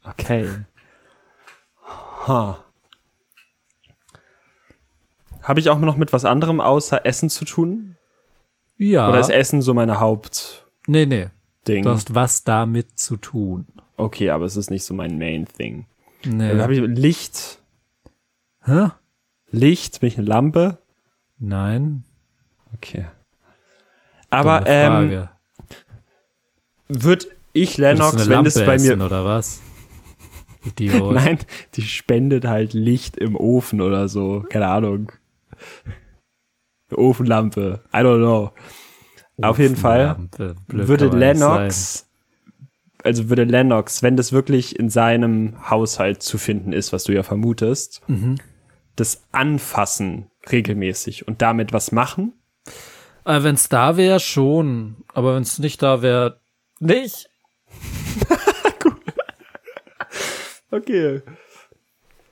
Okay. Ha. Habe ich auch noch mit was anderem außer Essen zu tun? Ja. Oder ist Essen so meine Haupt? nee, nee. Ding. Du hast was damit zu tun. Okay, aber es ist nicht so mein Main Thing. Nee. Dann habe ich Licht. Hä? Licht, bin ich eine Lampe? Nein. Okay. Aber Dumme ähm, Frage. wird ich Willst Lennox, du eine wenn Lampe es bei essen, mir. oder was? Idiot. Nein, die spendet halt Licht im Ofen oder so. Keine Ahnung. Eine Ofenlampe. I don't know. Auf jeden Fall. Lampe. Blöd würde kann man nicht sein. Lennox, also würde Lennox, wenn das wirklich in seinem Haushalt zu finden ist, was du ja vermutest, Mhm. das anfassen regelmäßig und damit was machen? Äh, wenn's da wäre, schon. Aber wenn's nicht da wäre, nicht. Okay.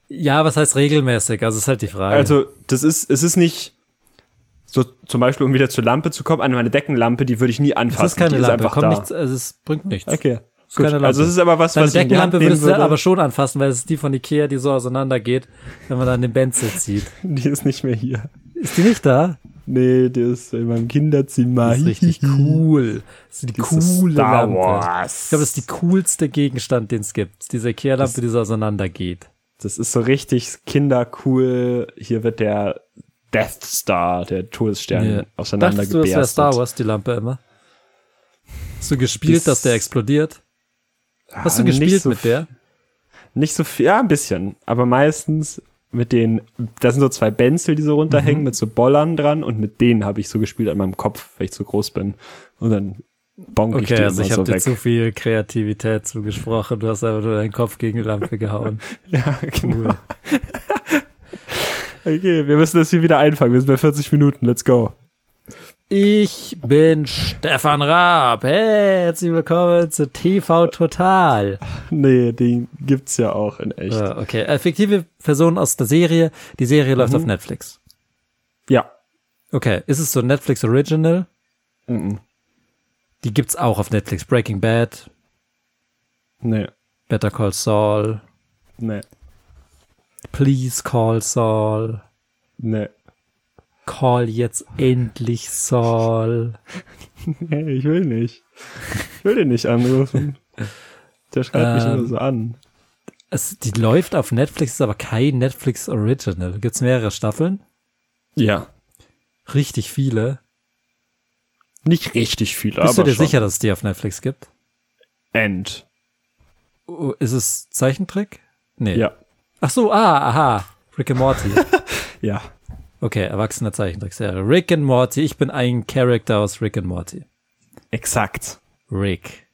Ja, was heißt regelmäßig? Also ist halt die Frage. Also, das ist, es ist nicht so zum Beispiel, um wieder zur Lampe zu kommen, an meine Deckenlampe, die würde ich nie anfassen. es ist keine die Lampe, einfach kommt da. nichts, also es bringt nichts. Okay. ist Gut. keine Lampe. Also, es ist aber was, Deine was ich in die Hand Deckenlampe nehmen würdest du würde. aber schon anfassen, weil es ist die von Ikea, die so auseinandergeht, wenn man dann den Benzel zieht. die ist nicht mehr hier. Ist die nicht da? Nee, die ist in meinem Kinderzimmer. Das ist richtig cool. Das ist die Das ist coole Star Lampe. Wars. Ich glaube, das ist die coolste Gegenstand, den es gibt. Diese Ikea-Lampe, die so auseinandergeht. Das ist so richtig kindercool. Hier wird der Death Star, der Todesstern, Ja. Dachtest du, das wäre auseinandergebärstet. Star Wars, die Lampe immer? Hast du gespielt, Bis- dass der explodiert? Hast du nicht gespielt so mit der? Nicht so viel, ja, ein bisschen. Aber meistens mit den, da sind so zwei Benzel, die so Mhm. runterhängen, mit so Bollern dran und mit denen habe ich so gespielt an meinem Kopf, weil ich zu groß bin. Und dann bonk ich Okay, die also immer ich habe so dir weg. zu viel Kreativität zugesprochen. Du hast einfach nur deinen Kopf gegen die Lampe gehauen. Ja, genau. okay, wir müssen das hier wieder einfangen. Wir sind bei 40 Minuten. Let's go. Ich bin Stefan Raab. Hey, herzlich willkommen zu TV Total. Nee, den gibt's ja auch in echt. Äh, okay, äh, fiktive Personen aus der Serie. Die Serie läuft Mhm. auf Netflix. Ja. Okay, ist es so ein Netflix Original? Mhm. Die gibt's auch auf Netflix. Breaking Bad, Nee, Better Call Saul, nee, Please Call Saul, nee. Call jetzt endlich Saul. Nee, ich will nicht. Ich will den nicht anrufen. Der schreibt mich immer so an. Es, die läuft auf Netflix, ist aber kein Netflix Original. Gibt's mehrere Staffeln? Ja. Richtig viele. Nicht richtig viel, aber Bist du dir schon. sicher, dass es die auf Netflix gibt? End. Oh, Ist es Zeichentrick? Nee. Ja. Ach so, ah, aha. Rick and Morty. Ja. Okay, erwachsener Zeichentrickserie. Rick and Morty. Ich bin ein Charakter aus Rick and Morty. Exakt. Rick.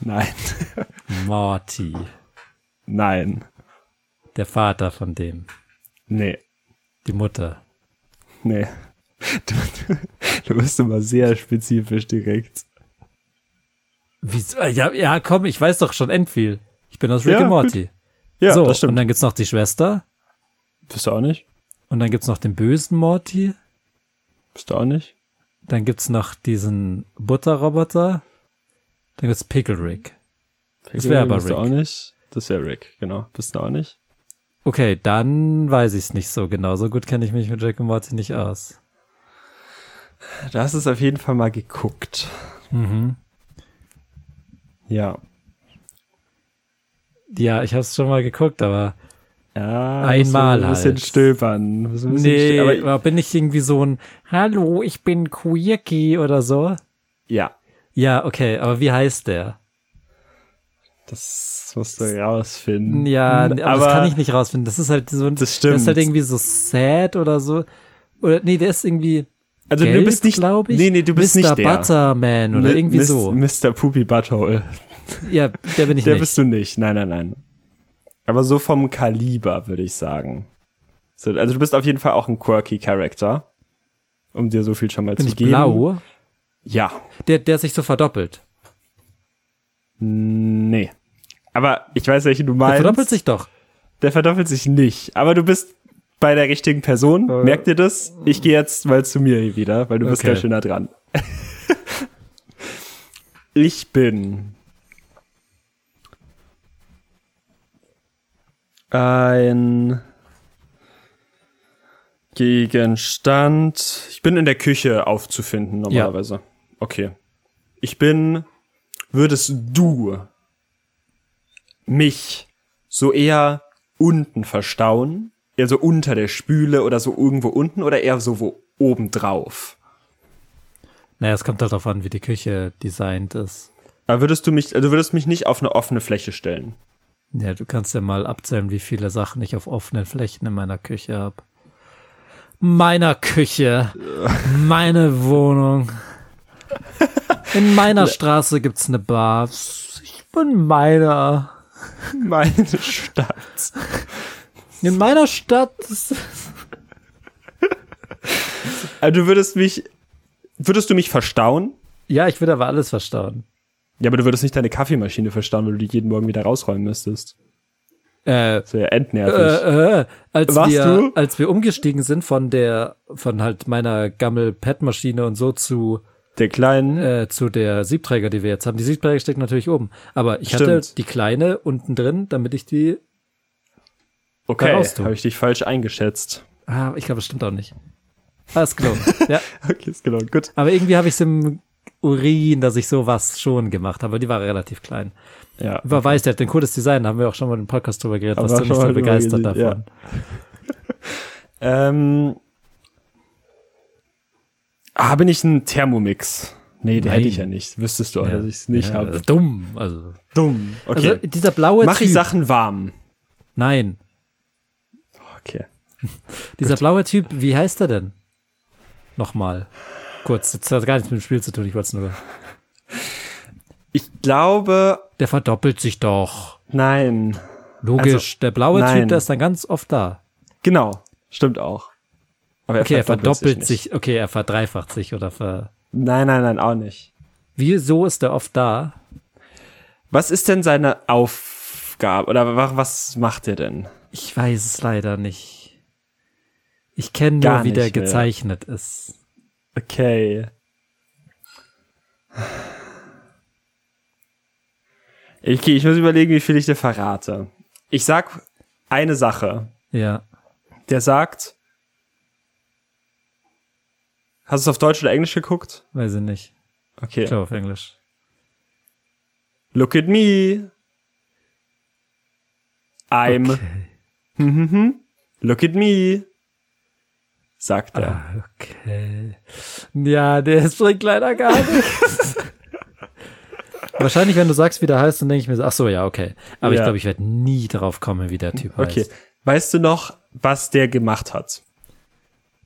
Nein. Morty. Nein. Der Vater von dem. Nee. Die Mutter. Nee. Du, du bist immer sehr spezifisch direkt. Wieso? Ah, Ja, ja, komm, ich weiß doch schon Enfield. Ich bin aus Rick Ja, and gut. Morty. Ja, so, das und stimmt. dann gibt's noch die Schwester. Bist du auch nicht? Und dann gibt's noch den bösen Morty. Bist du auch nicht? Dann gibt's noch diesen Butterroboter. Dann gibt's Pickle Rick. Das wäre aber Bist du Rick. auch nicht? Das wäre Rick, genau. Bist du auch nicht? Okay, dann weiß ich's nicht so genau. So gut kenne ich mich mit Rick and Morty nicht aus. Da hast du es auf jeden Fall mal geguckt. Mhm. Ja. Ja, ich habe es schon mal geguckt, aber Ja, Einmal müssen wir Ah, ein bisschen halt. stöbern. Müssen wir ein bisschen nee, stö- aber aber bin ich irgendwie so ein Hallo, ich bin Quirky oder so? ja, Ja, okay, aber wie heißt der? das musst du rausfinden. Hm, Ja, aber, aber das kann ich nicht rausfinden. Das ist halt so ein Das Der ist halt stimmt. irgendwie so sad oder so. Oder nee, der ist irgendwie Also gelb, du bist nicht, glaube ich. Nee, nee, du bist Mr. nicht der. Butterman oder Mi- irgendwie Mis- so. Mr. Poopy Butthole. Ja, der bin ich Der nicht. bist du nicht. Nein, nein, nein. Aber so vom Kaliber, würde ich sagen. So, also du bist auf jeden Fall auch ein quirky Character. Um dir so viel schon mal bin zu ich geben. blau? Ja. Der der sich so verdoppelt. Nee. Aber ich weiß, welchen du Der meinst. verdoppelt sich doch. Der verdoppelt sich nicht. Aber du bist bei der richtigen Person. Merkt ihr das? Ich gehe jetzt mal zu mir hier wieder, weil du bist Okay. ganz schön nah dran. ich bin ein Gegenstand. Ich bin in der Küche aufzufinden normalerweise. Okay. Ich bin würdest du mich so eher unten verstauen? Eher so unter der Spüle oder so irgendwo unten oder eher so wo oben drauf? Naja, es kommt halt darauf an, wie die Küche designt ist. Aber würdest du mich, also würdest mich nicht auf eine offene Fläche stellen? Ja, du kannst ja mal abzählen, wie viele Sachen ich auf offenen Flächen in meiner Küche habe. Meiner Küche, meine Wohnung. In meiner Straße gibt's eine Bar. Ich bin meiner. Meine Stadt. In meiner Stadt. Also du würdest mich, würdest du mich verstauen? Ja, ich würde aber alles verstauen. Ja, aber du würdest nicht deine Kaffeemaschine verstauen, weil du die jeden Morgen wieder rausräumen müsstest. Äh, Das wäre ja endnervig. äh, äh, als Warst wir, du? als wir umgestiegen sind von der, von halt meiner Gammel-Pad-Maschine und so zu der Kleinen, äh, zu der Siebträger, die wir jetzt haben. Die Siebträger steckt natürlich oben. Aber ich hatte Stimmt. die kleine unten drin, damit ich die. okay, raus du. habe ich dich falsch eingeschätzt. Ah, ich glaube, es stimmt auch nicht. Ah, ist gelungen. ja. Okay, ist genau, gut. Aber irgendwie habe ich es im Urin, dass ich sowas schon gemacht habe. Die war relativ klein. Ja, Aber weiß, der hat ein cooles Design. Da haben wir auch schon mal im Podcast drüber geredet. Warst Aber du nicht schon so mal drüber begeistert davon? geredet, Ähm. Ah, bin ich ein Thermomix? Nee, den Nein. hätte ich ja nicht. Wüsstest du auch, dass ich es nicht ja, habe. Äh, Dumm. Also, Dumm. Okay. also dieser blaue Mach Typ. ich Sachen warm? Nein. Okay. Dieser blaue Typ, wie heißt er denn? Nochmal. Kurz, das hat gar nichts mit dem Spiel zu tun, ich wollte es nur. Ich glaube, Der verdoppelt sich doch. nein. Logisch. Also, der blaue nein. Typ, der ist dann ganz oft da. Genau. Stimmt auch. Aber Okay, er verdoppelt nicht. sich, Okay, er verdreifacht sich oder ver. Nein, nein, nein, auch nicht. Wieso ist er oft da? Was ist denn seine Aufgabe? Oder wa- was macht er denn? Ich weiß es leider nicht. Ich kenne Gar nur, wie der nicht mehr. gezeichnet ist. Okay. Okay, ich muss überlegen, wie viel ich dir verrate. Ich sag eine Sache. Ja. Der sagt. Hast du es auf Deutsch oder Englisch geguckt? Weiß ich nicht. Okay. Ich glaube auf Englisch. Look at me. I'm. Mhm. Look at me. Sagt er. Okay. Ja, der bringt leider gar nichts. Wahrscheinlich, wenn du sagst, wie der heißt, dann denke ich mir so, ach so, ja, okay. Aber ich Ja. glaube, ich werde nie drauf kommen, wie der Typ Okay. heißt. Weißt du noch, was der gemacht hat?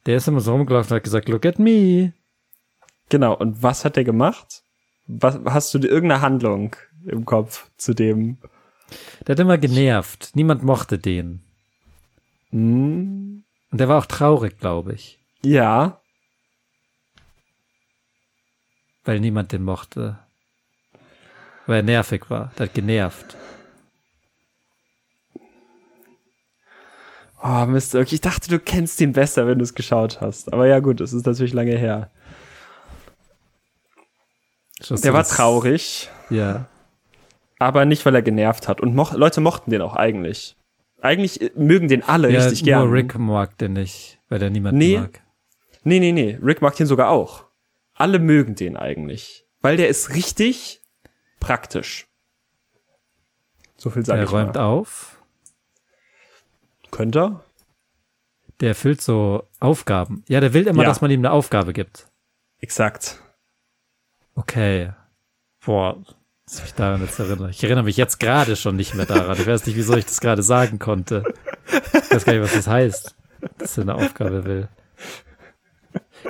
Der ist immer so rumgelaufen und hat gesagt, look at me. Genau. Und was hat der gemacht? Was, hast du dir irgendeine Handlung im Kopf zu dem? Der hat immer genervt. Niemand mochte den. Und der war auch traurig, glaube ich, Ja. weil niemand den mochte. Weil er nervig war. Der hat genervt. Oh, Mist. Okay, ich dachte, du kennst ihn besser, wenn du es geschaut hast. Aber ja, gut, es ist natürlich lange her. Schaust Der du war das- traurig, Ja. aber nicht, weil er genervt hat. Und moch- Leute mochten den auch eigentlich. Eigentlich äh, mögen den alle ja richtig nur gern. Rick mag den nicht, weil der niemanden Nee. mag. Nee, nee, nee. Rick mag den sogar auch. Alle mögen den eigentlich. Weil der ist richtig praktisch. So viel sage Der ich räumt mal. auf. Könnte er? Der erfüllt so Aufgaben. Ja, der will immer, Ja. dass man ihm eine Aufgabe gibt. Exakt. Okay. Boah, dass mich daran jetzt erinnere. Ich erinnere mich jetzt gerade schon nicht mehr daran. Ich weiß nicht, wieso ich das gerade sagen konnte. Ich weiß gar nicht, was das heißt, dass er eine Aufgabe will.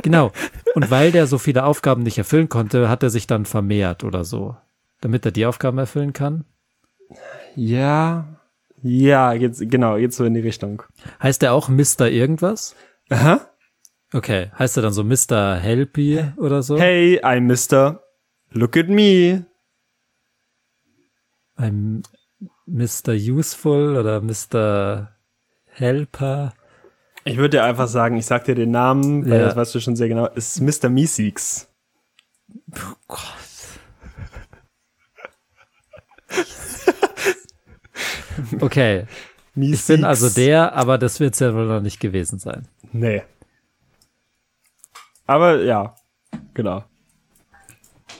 Genau. Und weil der so viele Aufgaben nicht erfüllen konnte, hat er sich dann vermehrt oder so. Damit er die Aufgaben erfüllen kann. Ja. Ja, jetzt, genau, jetzt so in die Richtung. Heißt er auch Mr. irgendwas? Aha. Okay. Heißt er dann so Mr. Helpy oder so? Hey, I'm Mister. Look at me. ein Mr. Useful oder Mr. Helper. Ich würde dir einfach sagen, ich sag dir den Namen, weil Ja. das weißt du schon sehr genau. Ist Mr. Meeseeks. Oh Gott. Okay, ich Meeseeks. bin also der, aber das wird es ja wohl noch nicht gewesen sein. Nee. Aber ja, genau.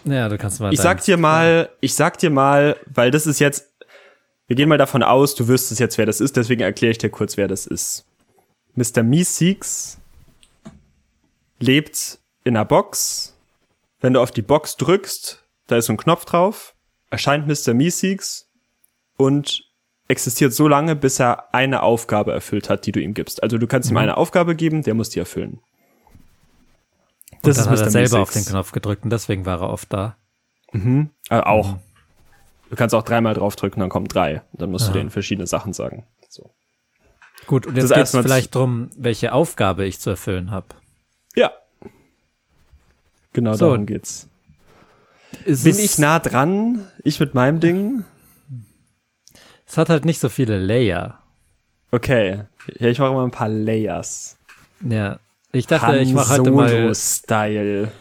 Ja, du kannst mal. Ich sag dir mal, ich sag dir mal, weil das ist jetzt, wir gehen mal davon aus, du wirst es jetzt, wer das ist, deswegen erkläre ich dir kurz, wer das ist. Mr. Meeseeks lebt in einer Box. Wenn du auf die Box drückst, da ist so ein Knopf drauf, erscheint Mr. Meeseeks und existiert so lange, bis er eine Aufgabe erfüllt hat, die du ihm gibst. Also du kannst Mhm. ihm eine Aufgabe geben, der muss die erfüllen. das dann ist hat er selber auf den Meeseeks. Knopf gedrückt und deswegen war er oft da. Äh, auch. Du kannst auch dreimal draufdrücken, dann kommen drei. Dann musst du denen verschiedene Sachen sagen. So. Gut, und Das ist jetzt geht es erstmal- vielleicht drum, welche Aufgabe ich zu erfüllen habe. Ja. Genau So. darum geht's. Bin ich nah dran? Ich mit meinem Ding? Es hat halt nicht so viele Layer. Okay. Ja, ich mache mal ein paar Layers. Ja. Ich dachte, Han ich mache heute mal. Solo-Style.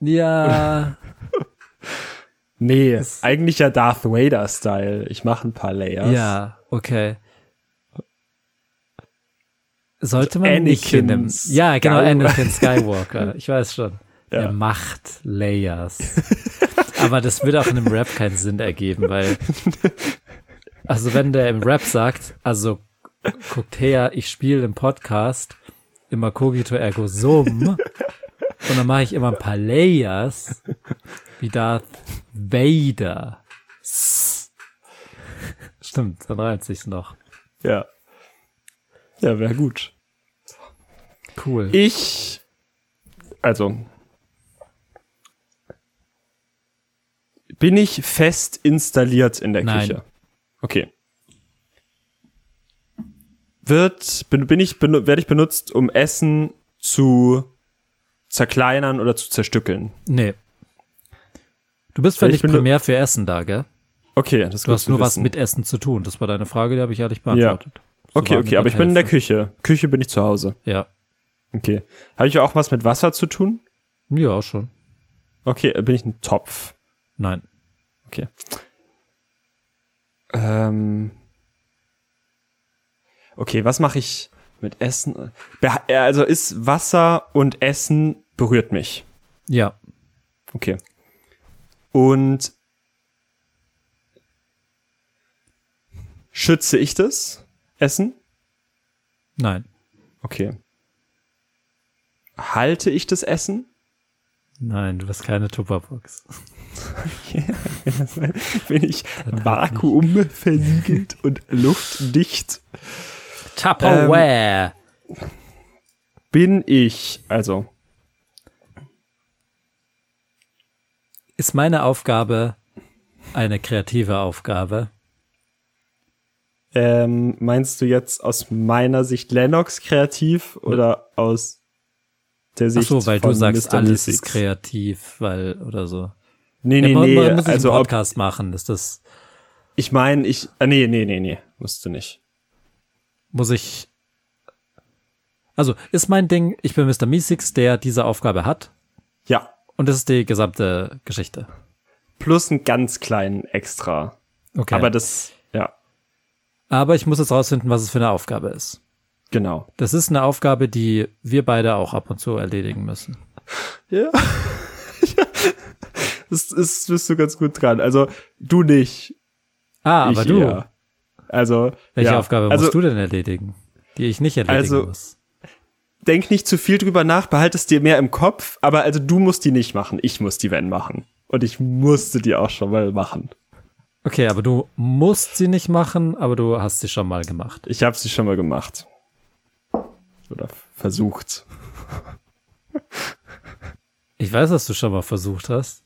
Ja. Nee, eigentlich ja Darth Vader-Style. Ich mache ein paar Layers. Ja, okay. Sollte man Anakin Anakin im, Ja, genau, Skywalker. Anakin Skywalker. Ich weiß schon. Er macht Layers. Aber das würde auch in einem Rap keinen Sinn ergeben, weil also wenn der im Rap sagt, also guckt her, ich spiele im Podcast immer cogito ergo sum und dann mache ich immer ein paar Layers wie Darth Vader. Stimmt, dann reimt sich's noch. Ja. Ja, wäre gut. Cool. Ich. Also. Bin ich fest installiert in der Nein. Küche? Okay. Wird, bin, bin ich, benu- werde ich benutzt, um Essen zu zerkleinern oder zu zerstückeln? nee. Du bist Weil völlig ich bin nur- primär für Essen da, gell? Okay, das ist Du gut hast zu nur was wissen. mit Essen zu tun. Das war deine Frage, die habe ich ehrlich beantwortet. Okay, okay, aber ich bin in der ne? Küche. Küche bin ich zu Hause. Ja. Okay. Habe ich auch was mit Wasser zu tun? Ja, schon. Okay, bin ich ein Topf? Nein. Okay. Ähm. Okay, was mache ich mit Essen? Beha- äh, Also ist Wasser und Essen berührt mich. Ja. Okay. Und schütze ich das Essen? Nein. Okay. Halte ich das Essen? Nein, du bist keine Tupperbox. Bin ich vakuumversiegelt und luftdicht? Tupperware. Bin ich, also Ist meine Aufgabe eine kreative Aufgabe? Ähm, meinst du jetzt aus meiner Sicht Lennox kreativ oder aus der Ach Sicht so, weil von du sagst, Mr. alles ist Niesix? kreativ, weil oder so. Nee, nee, ja, nee, man muss ich also einen ob, Podcast machen. Ist das ich meine, ich ah, nee, nee, nee, nee, musst du nicht. muss ich. Also ist mein Ding. Ich bin Mr. Meesix, der diese Aufgabe hat, Ja, und das ist die gesamte Geschichte. plus einen ganz kleinen extra, Okay. aber das ja, Aber ich muss jetzt rausfinden, was es für eine Aufgabe ist. genau. Das ist eine Aufgabe, die wir beide auch ab und zu erledigen müssen. Ja. das ist bist du ganz gut dran. Also, du nicht, Ah, aber ich du. eher. Also, Welche ja. Aufgabe also, musst du denn erledigen? Die ich nicht erledigen Also- muss. denk nicht zu viel drüber nach, behalt es dir mehr im Kopf, aber also du musst die nicht machen, ich muss die wenn machen. Und ich musste die auch schon mal machen. Okay, aber du musst sie nicht machen, aber du hast sie schon mal gemacht. Ich habe sie schon mal gemacht. Oder versucht. Ich weiß, dass du schon mal versucht hast.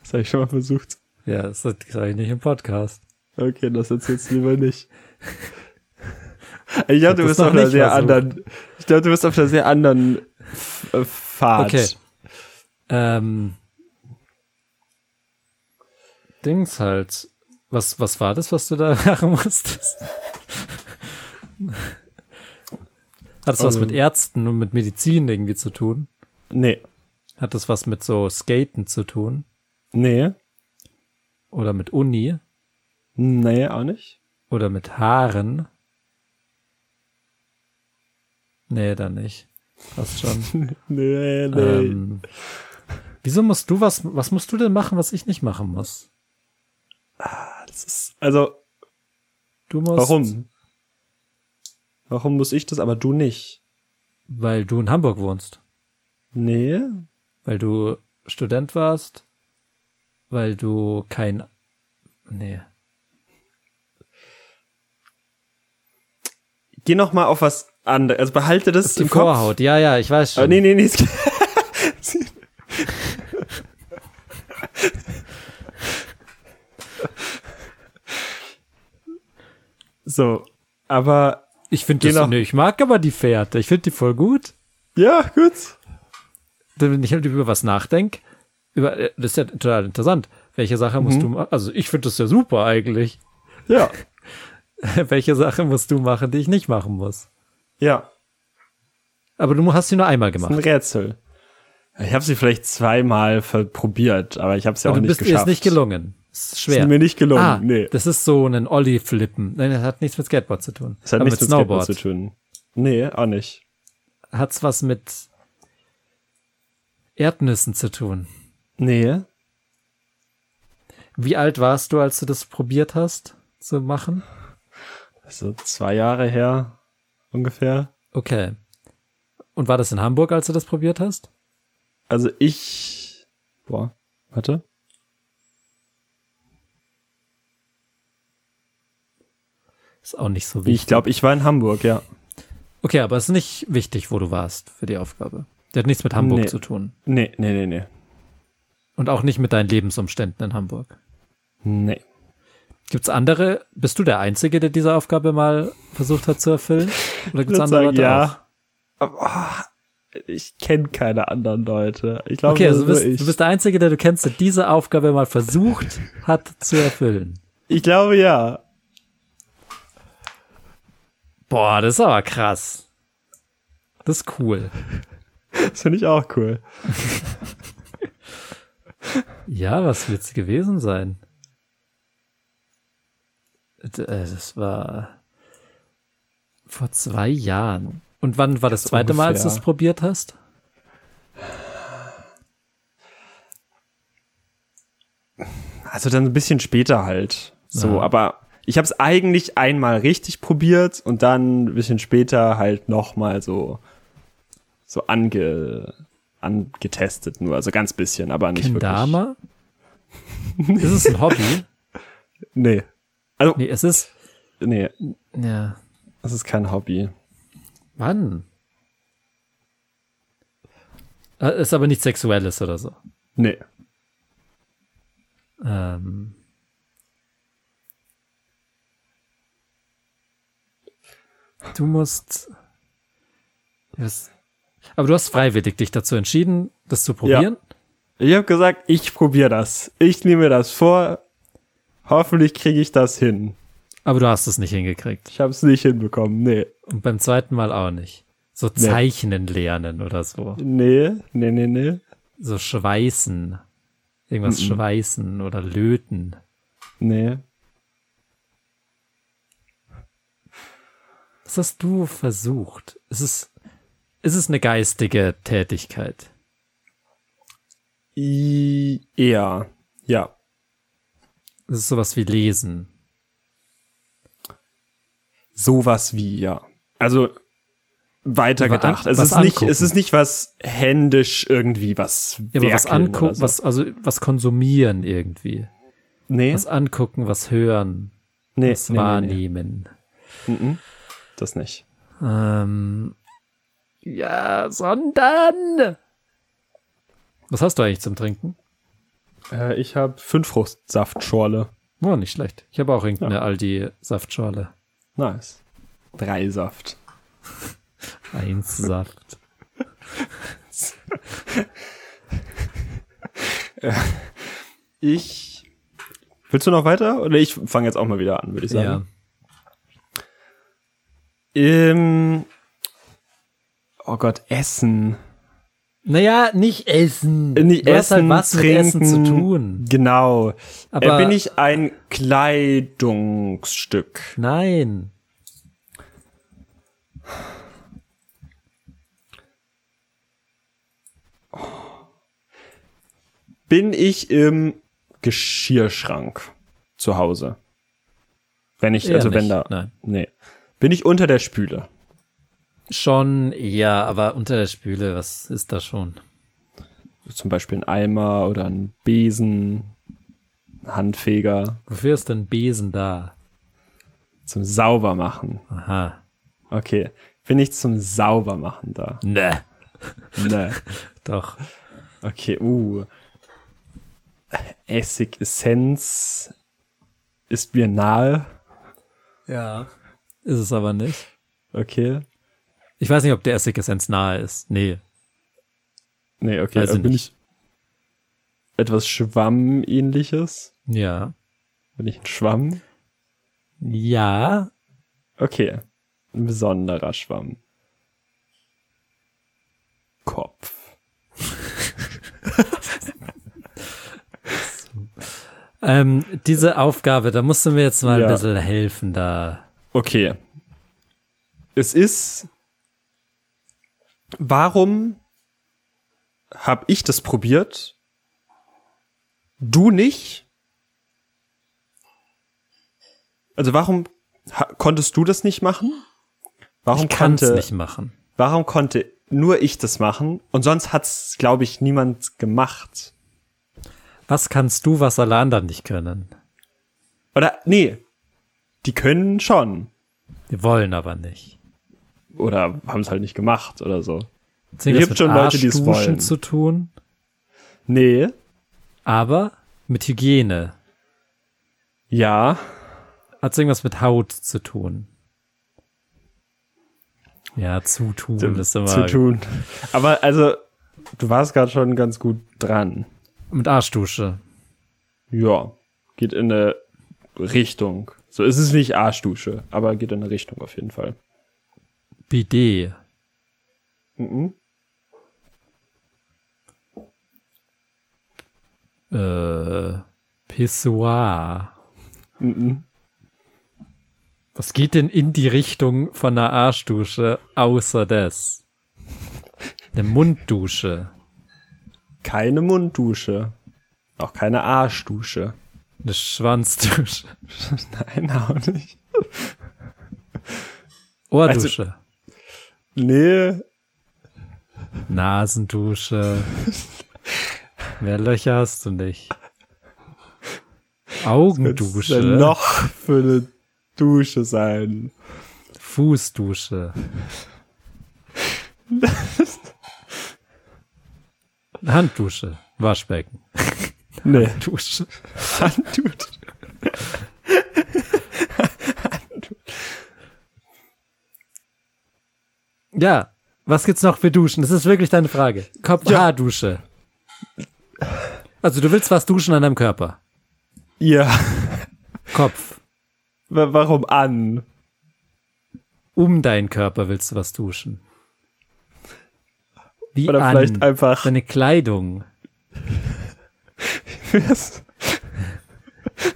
Das habe ich schon mal versucht. Ja, das sage ich nicht im Podcast. Okay, das erzählst du lieber nicht. Ich glaube, du das bist noch auf einer nicht sehr versucht. anderen. Ich glaube, du bist auf einer sehr anderen F äh, Fahrt. Okay. Ähm, Dings halt. Was, was war das, was du da machen musstest? Hat das was mit Ärzten und mit Medizin irgendwie zu tun? Nee. Hat das was mit so Skaten zu tun? Nee. Oder mit Uni? Nee, auch nicht. Oder mit Haaren? Nee, dann nicht. Passt schon. Nee, nee. ähm, wieso musst du was, was musst du denn machen, was ich nicht machen muss? Das ist, also, Du musst, Warum? Warum muss ich das, aber du nicht? Weil du in Hamburg wohnst. Nee. Weil du Student warst. Weil du kein, nee. Geh noch mal auf was anderes. Also behalte das Die im Kopf. Vorhaut, ja, ja, ich weiß schon. Aber nee, nee, nee. es geht- so, aber Ich finde das, Genau. nee, ich mag aber die Fährte. Ich finde die voll gut. ja, gut. wenn ich halt über was nachdenke, über, äh, das ist ja total interessant. Welche Sache musst Mhm. du machen? Also ich finde das ja super eigentlich. Ja, Welche Sache musst du machen, die ich nicht machen muss? ja. Aber du hast sie nur einmal gemacht. Ein Rätsel. Ich habe sie vielleicht zweimal ver- probiert, aber ich habe sie auch Aber du nicht bist geschafft. ihr ist nicht gelungen. Es ist schwer. Ist mir nicht gelungen, Ah, nee. Das ist so ein Olli-Flippen. Nein, das hat nichts mit Skateboard zu tun. Das hat Aber nichts mit Snowboard zu tun. Nee, auch nicht. Hat's was mit Erdnüssen zu tun. Nee. Wie alt warst du, als du das probiert hast zu machen? Also zwei Jahre her ungefähr. Okay. Und war das in Hamburg, als du das probiert hast? Also ich. Boah, warte. Ist auch nicht so Ich wichtig. glaube, ich war in Hamburg, ja. Okay, aber es ist nicht wichtig, wo du warst für die Aufgabe. Der hat nichts mit Hamburg Nee. zu tun. Nee, nee, nee, nee. Und auch nicht mit deinen Lebensumständen in Hamburg. Nee. Gibt's andere? Bist du der Einzige, der diese Aufgabe mal versucht hat zu erfüllen? Oder Ich gibt's würd sagen, andere Leute auch? ja. Aber, oh, ich kenne keine anderen Leute. Ich glaube, Okay, also du nur bist, ich. du bist der Einzige, der du kennst, der diese Aufgabe mal versucht hat zu erfüllen. ich glaube ja. Boah, das ist aber krass. Das ist cool. Das finde ich auch cool. Ja, was wird's gewesen sein? D- äh, Das war vor zwei Jahren. Und wann war das zweite Mal, als du es ungefähr. probiert hast? Also dann ein bisschen später halt. So, aber ich habe es eigentlich einmal richtig probiert und dann ein bisschen später halt nochmal so, so ange, angetestet nur. Also ganz bisschen, aber nicht wirklich. Kendama? Ist es ein Hobby? Nee. Also, Nee, es ist. nee, Ja. das ist kein Hobby. Wann? Äh, Ist aber nichts Sexuelles oder so. Nee. Ähm, du musst. Das, aber du hast freiwillig dich dazu entschieden, das zu probieren. Ich habe gesagt, ich probiere das. Ich nehme mir das vor. Hoffentlich kriege ich das hin. Aber du hast es nicht hingekriegt. Ich habe es nicht hinbekommen. Nee. Und beim zweiten Mal auch nicht. So zeichnen lernen oder so. Nee, nee, nee, nee. So schweißen. Irgendwas schweißen oder löten. Nee. Was hast du versucht? Es ist, es ist eine geistige Tätigkeit. I eher. Ja. Es ist sowas wie lesen. Sowas wie, ja. Also weitergedacht. an- Es was ist nicht, angucken. es ist nicht was händisch irgendwie, was Ja, aber was werkeln oder angucken, so. was, also was konsumieren irgendwie. Nee, Was angucken, was hören, nee, was nee, nee, nee, wahrnehmen. das nicht. Ähm, ja, sondern. Was hast du eigentlich zum Trinken? Äh, ich habe fünf Fruchtsaftschorle. Oh, nicht schlecht. Ich habe auch irgendeine Aldi-Saftschorle. Nice. Drei Saft. Eins Saft. Ich. Willst du noch weiter? Oder ich fange jetzt auch mal wieder an, würde ich ja. sagen. Ähm, oh Gott, Essen. Naja, nicht essen. Äh, Nicht du hast Essen, halt was trinken, mit Essen zu tun. Genau. Aber- Aber bin ich ein Kleidungsstück? Nein. Bin ich im Geschirrschrank zu Hause? Wenn ich, Eher also wenn nicht, da. nein. Nee. Bin ich unter der Spüle? Schon eher, aber unter der Spüle, was ist da schon? Zum Beispiel ein Eimer oder ein Besen, ein Handfeger Wofür ist denn Besen da? zum Saubermachen. Aha. Okay. Bin ich zum Saubermachen da? Ne. Nee. Doch. Okay, uh. Essigessenz ist mir nahe. Ja. Ist es aber nicht. Okay. Ich weiß nicht, ob der Essigessenz nahe ist. Nee. Nee, okay, Weiß ich dann bin Also nicht. ich etwas Schwammähnliches. Ja. Bin ich ein Schwamm? Ja. Okay. Ein besonderer Schwamm. Kopf. Ähm, diese Aufgabe, da musst du mir jetzt mal Ja. ein bisschen helfen da. Okay. Es ist. Warum habe ich das probiert? Du nicht? Also warum ha konntest du das nicht machen? Warum Ich kann es konnte- nicht machen. warum konnte nur ich das machen und sonst hat's, glaube ich, niemand gemacht? Was kannst du, was alle anderen nicht können? Oder nee, die können schon. Wir wollen aber nicht. Oder haben es halt nicht gemacht oder so. Deswegen hat Gibt mit schon Leute, die es Arschduschen wollen. zu tun, Nee, aber mit Hygiene. ja, Hat irgendwas mit Haut zu tun. Ja, zutun ist immer. zu tun. Aber also, du warst gerade schon ganz gut dran. Mit Arschdusche. Ja, geht in eine Richtung. So es ist es nicht Arschdusche, aber geht in eine Richtung auf jeden Fall. Bidet. Mhm. Äh, Pissoir. Mhm. Was geht denn in die Richtung von einer Arschdusche außer das? Eine Munddusche. Keine Munddusche. Auch keine Arschdusche. Eine Schwanzdusche. Nein, auch nicht. Also Ohrdusche. Nee, Nasendusche. Mehr Löcher hast du nicht. Augendusche. Dusche. noch für eine Dusche sein. Fußdusche. Handdusche. Waschbecken. Nee. Dusche. Handtuch. Ja, was gibt's noch für Duschen? Das ist wirklich deine Frage. Kopfhaardusche. Also du willst was duschen an deinem Körper. Ja, Kopf. wa- warum an? Um deinen Körper willst du was duschen. Wie Oder an vielleicht einfach- deine Kleidung. Wär's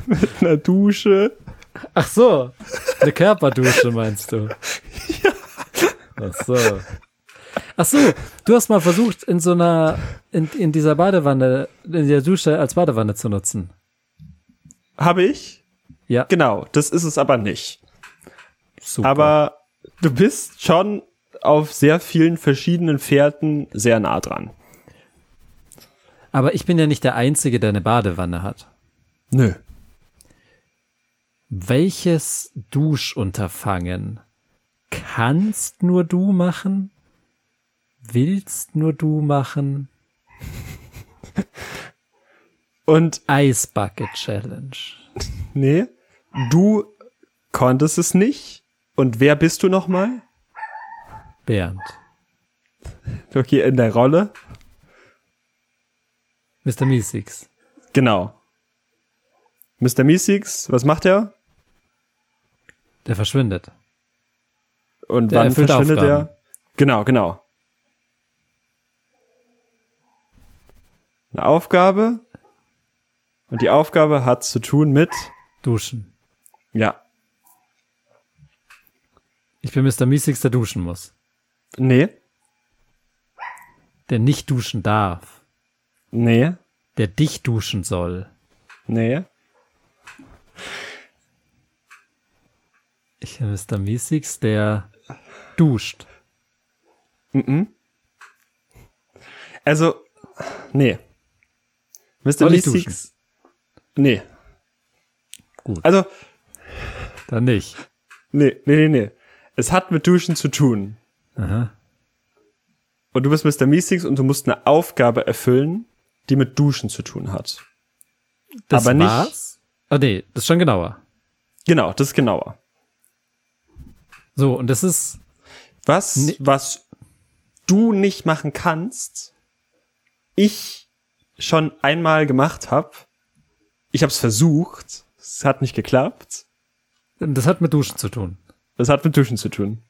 mit einer Dusche? Ach so, eine Körperdusche meinst du? Ach so. Ach so, du hast mal versucht, in so einer, in, in dieser Badewanne, in der Dusche als Badewanne zu nutzen. Habe ich? Ja, Genau, das ist es aber nicht. super. Aber du bist schon auf sehr vielen verschiedenen Fährten sehr nah dran. Aber ich bin ja nicht der Einzige, der eine Badewanne hat. Nö. Welches Duschunterfangen kannst nur du machen? Willst nur du machen? Und Eisbucket Challenge. nee, du konntest es nicht. Und wer bist du nochmal? Bernd. Okay, in der Rolle. Mr. Miesix. Genau. Mr. Meeseeks, was macht er? Der verschwindet. Und Der wann erfüllt verschwindet Aufgaben. er? Genau, genau. Eine Aufgabe. Und die Aufgabe hat zu tun mit, Duschen. ja, Ich bin Mr. Miesix, der duschen muss. nee, Der nicht duschen darf. nee, Der dich duschen soll. nee. Ich bin Mr. Miesix, der duscht. Also, nee. Mr. Soll ich Meeseeks, nee. Gut. Also, Dann nicht. nee, nee, nee, nee. Es hat mit Duschen zu tun. Aha. Und du bist Mr. Meeseeks und du musst eine Aufgabe erfüllen, die mit Duschen zu tun hat. Das Aber nicht- war's? Oh nee, das ist schon genauer. Genau, das ist genauer. So, und das ist Was, Nee. was du nicht machen kannst, ich schon einmal gemacht habe. Ich habe es versucht, es hat nicht geklappt. Das hat mit Duschen zu tun. Das hat mit Duschen zu tun.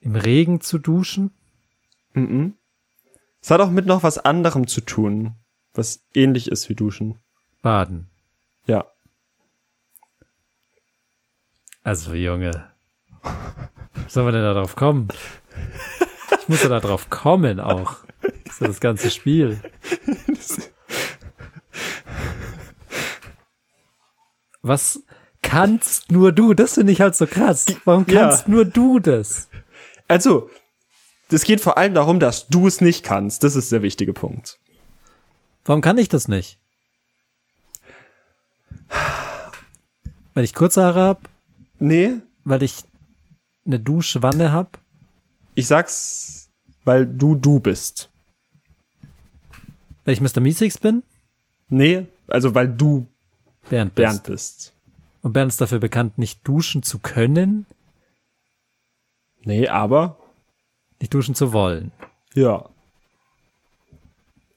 Im Regen zu duschen? Es hat auch mit noch was anderem zu tun, was ähnlich ist wie Duschen. Baden. Ja. Also, Junge. Wie soll man denn da drauf kommen? Ich muss ja da drauf kommen auch. Das ist ja das ganze Spiel. Was kannst nur du? Das finde ich halt so krass. Warum Ja. kannst nur du das? Also, es geht vor allem darum, dass du es nicht kannst. Das ist der wichtige Punkt. Warum kann ich das nicht? Weil ich Kurzhaare hab, Nee, weil ich eine Duschwanne hab. ich sag's, weil du du bist. Weil ich Mr. Meeseeks bin? Nee, also weil du Bernd bist. Bernd bist. Und Bernd ist dafür bekannt, nicht duschen zu können, Nee, aber nicht duschen zu wollen. ja.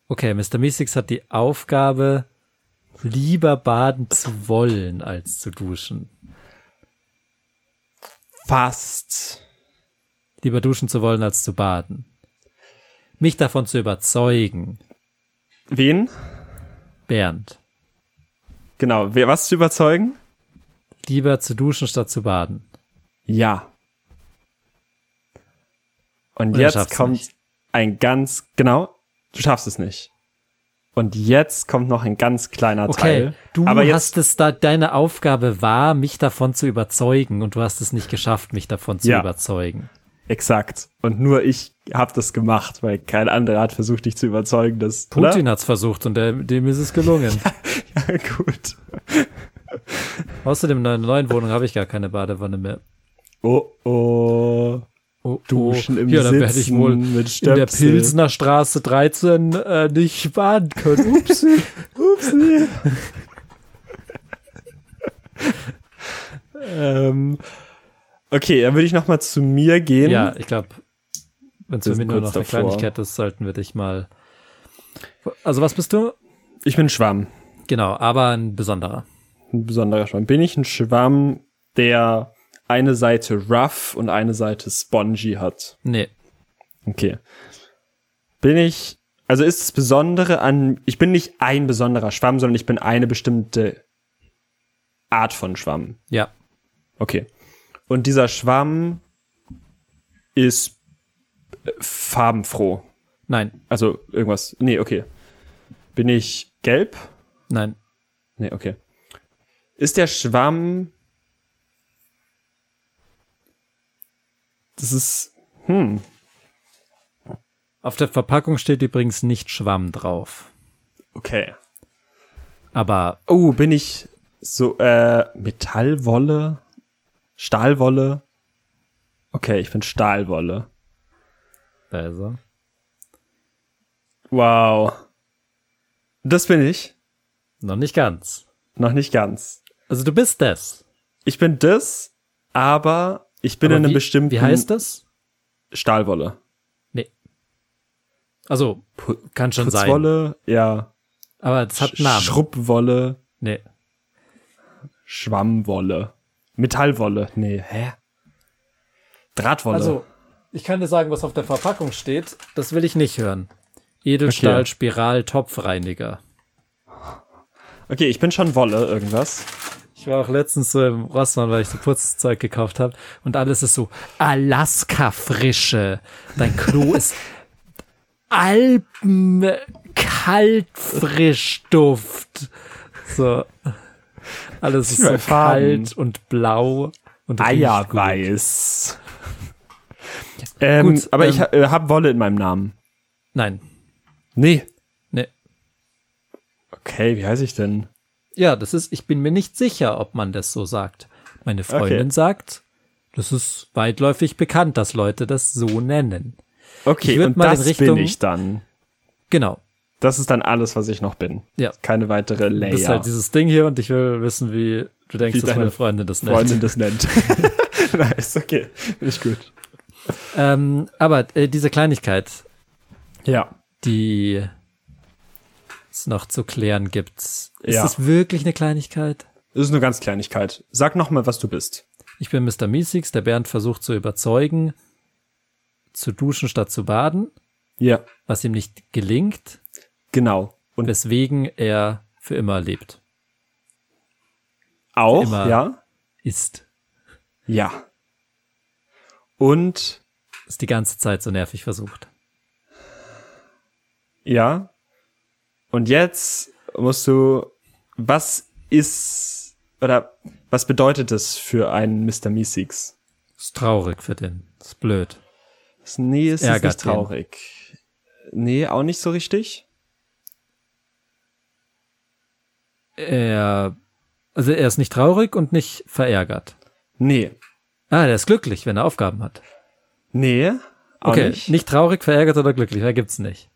Okay, Mr. Meeseeks hat die Aufgabe, lieber baden zu wollen, als zu duschen. Fast. Lieber duschen zu wollen, als zu baden. Mich davon zu überzeugen, Wen? Bernd. Genau. Wer was zu überzeugen? Lieber zu duschen, statt zu baden. Ja. Und Und er jetzt schafft's kommt nicht. ein ganz, genau, du schaffst es nicht. Und jetzt kommt noch ein ganz kleiner Okay, Teil. du aber jetzt, hast es da, deine Aufgabe war, mich davon zu überzeugen und du hast es nicht geschafft, mich davon zu Ja. überzeugen. exakt. Und nur ich habe das gemacht, weil kein anderer hat versucht, dich zu überzeugen, dass Putin hat's versucht und der, dem ist es gelungen. Oder? Ja, gut. Außerdem in meiner neuen Wohnung habe ich gar keine Badewanne mehr. Oh, oh. Oh, Duschen im ja, dann werde ich Sitzen wohl mit in der Stöpsel. Pilsner Straße 13 äh, nicht baden können. Upsi. Upsi. ähm, okay, dann würde ich noch mal zu mir gehen. ja, ich glaube, wenn es Wir für mich sind nur noch kurz eine davor. Kleinigkeit ist, sollten wir dich mal. Also was bist du? Ich bin Schwamm. Genau, aber ein besonderer. ein besonderer Schwamm. Bin ich ein Schwamm, der eine Seite rough und eine Seite spongy hat? Nee, Okay. Bin ich, also ist das Besondere an, ich bin nicht ein besonderer Schwamm, sondern ich bin eine bestimmte Art von Schwamm. ja, Okay. Und dieser Schwamm ist äh, farbenfroh. nein, Also irgendwas, nee, okay. Bin ich gelb? nein, Nee, okay. Ist der Schwamm. Das ist. Hm. Auf der Verpackung steht übrigens nicht Schwamm drauf. Okay. Aber Oh, bin ich so. Äh, Metallwolle? Stahlwolle? Okay, ich bin Stahlwolle. also, Wow. Das bin ich. noch nicht ganz. Noch nicht ganz. Also du bist das. Ich bin das, aber ich bin Aber in einem wie, bestimmten. Wie heißt das? Stahlwolle. Nee. Also, kann schon sein. Putzwolle, ja. Aber es hat einen Namen. Schrubbwolle. nee. Schwammwolle. Metallwolle. Nee, hä? Drahtwolle. Also, ich kann dir sagen, was auf der Verpackung steht. Das will ich nicht hören. Edelstahl, Okay. Spiral, Topfreiniger. okay, ich bin schon Wolle, irgendwas. Ich war auch letztens so im Rossmann, weil ich so Putzzeug gekauft habe. Und alles ist so Alaska-Frische. Dein Klo ist Alpen-Kaltfrischduft. So. Alles ist so Farben. kalt und blau und riecht gut. Eierweiß. ähm, Gut, aber ähm, ich ha äh, hab Wolle in meinem Namen. Nein. Nee. Nee. Okay, wie heiße ich denn? Ja, das ist, ich bin mir nicht sicher, ob man das so sagt. Meine Freundin Okay. sagt, das ist weitläufig bekannt, dass Leute das so nennen. Ich Okay, würd und mal in das Richtung- bin ich dann. Genau. Das ist dann alles, was ich noch bin. Ja. Keine weitere Du bist Layer. halt dieses Ding hier und ich will wissen, wie du denkst, Wie dass meine deine Freundin das nennt. Freundin das nennt. nice, okay. Finde ich gut. Ähm, aber äh, diese Kleinigkeit, Ja. die es noch zu klären gibt, ist Ja. das wirklich eine Kleinigkeit? Das ist eine ganz Kleinigkeit. Sag nochmal, was du bist. Ich bin Mr. Meeseeks, der Bernd versucht zu überzeugen, zu duschen statt zu baden, Ja. was ihm nicht gelingt. Genau. Und weswegen er für immer lebt. Auch, Immer. ja. Ist. Ja. Und, Ist die ganze Zeit so nervig versucht. ja. Und jetzt musst du, was ist, oder was bedeutet es für einen Mr. Meeseeks? Ist traurig für den. Ist blöd. Das- Nee, es ist Ärgert nicht traurig. Nee, auch nicht so richtig. Er, also er ist nicht traurig und nicht verärgert. Nee. Ah, der ist glücklich, wenn er Aufgaben hat. Nee. Auch okay, nicht. nicht traurig, verärgert oder glücklich, mehr gibt's nicht.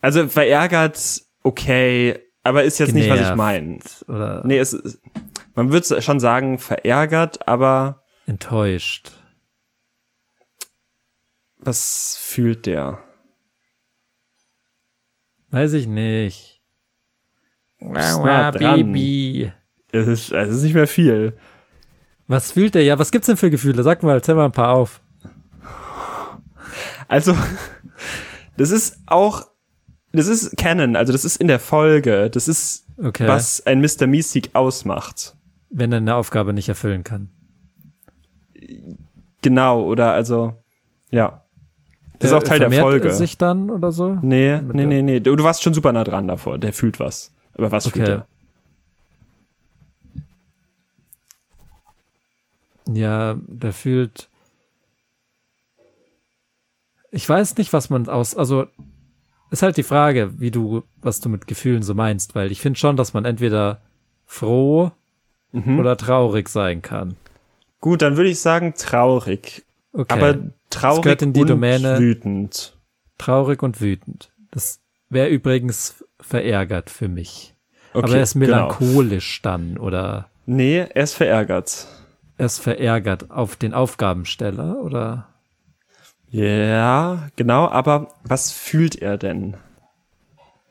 Also verärgert, okay, aber ist jetzt nicht, was ich Genervt. meine. Oder Nee, es ist, man würde schon sagen verärgert, aber enttäuscht. was fühlt der? Weiß ich nicht. Ist nah dran. Baby. Es ist, es ist nicht mehr viel. Was fühlt er? Ja, was gibt's denn für Gefühle? Sag mal, zähl mal ein paar auf. Also, das ist auch, das ist Canon, also das ist in der Folge, das ist, Okay. was ein Mr. Mystic ausmacht. Wenn er eine Aufgabe nicht erfüllen kann. Genau, oder also, ja. Das ist Der auch Teil der vermehrt Folge. sich dann oder so? Nee, nee, nee, nee. Du, du warst schon super nah dran davor. Der fühlt was. Aber was fühlt Okay. er? Ja, der fühlt. Ich weiß nicht, was man aus. Also, ist halt die Frage, wie du, was du mit Gefühlen so meinst, weil ich finde schon, dass man entweder froh Mhm. oder traurig sein kann. Gut, dann würde ich sagen traurig. Okay. Aber traurig gehört in die und Domäne- wütend. traurig und wütend. Das wäre übrigens verärgert für mich. Aber er ist Genau. melancholisch dann oder Nee, er ist verärgert. er ist verärgert auf den Aufgabensteller oder Ja, genau, aber was fühlt er denn?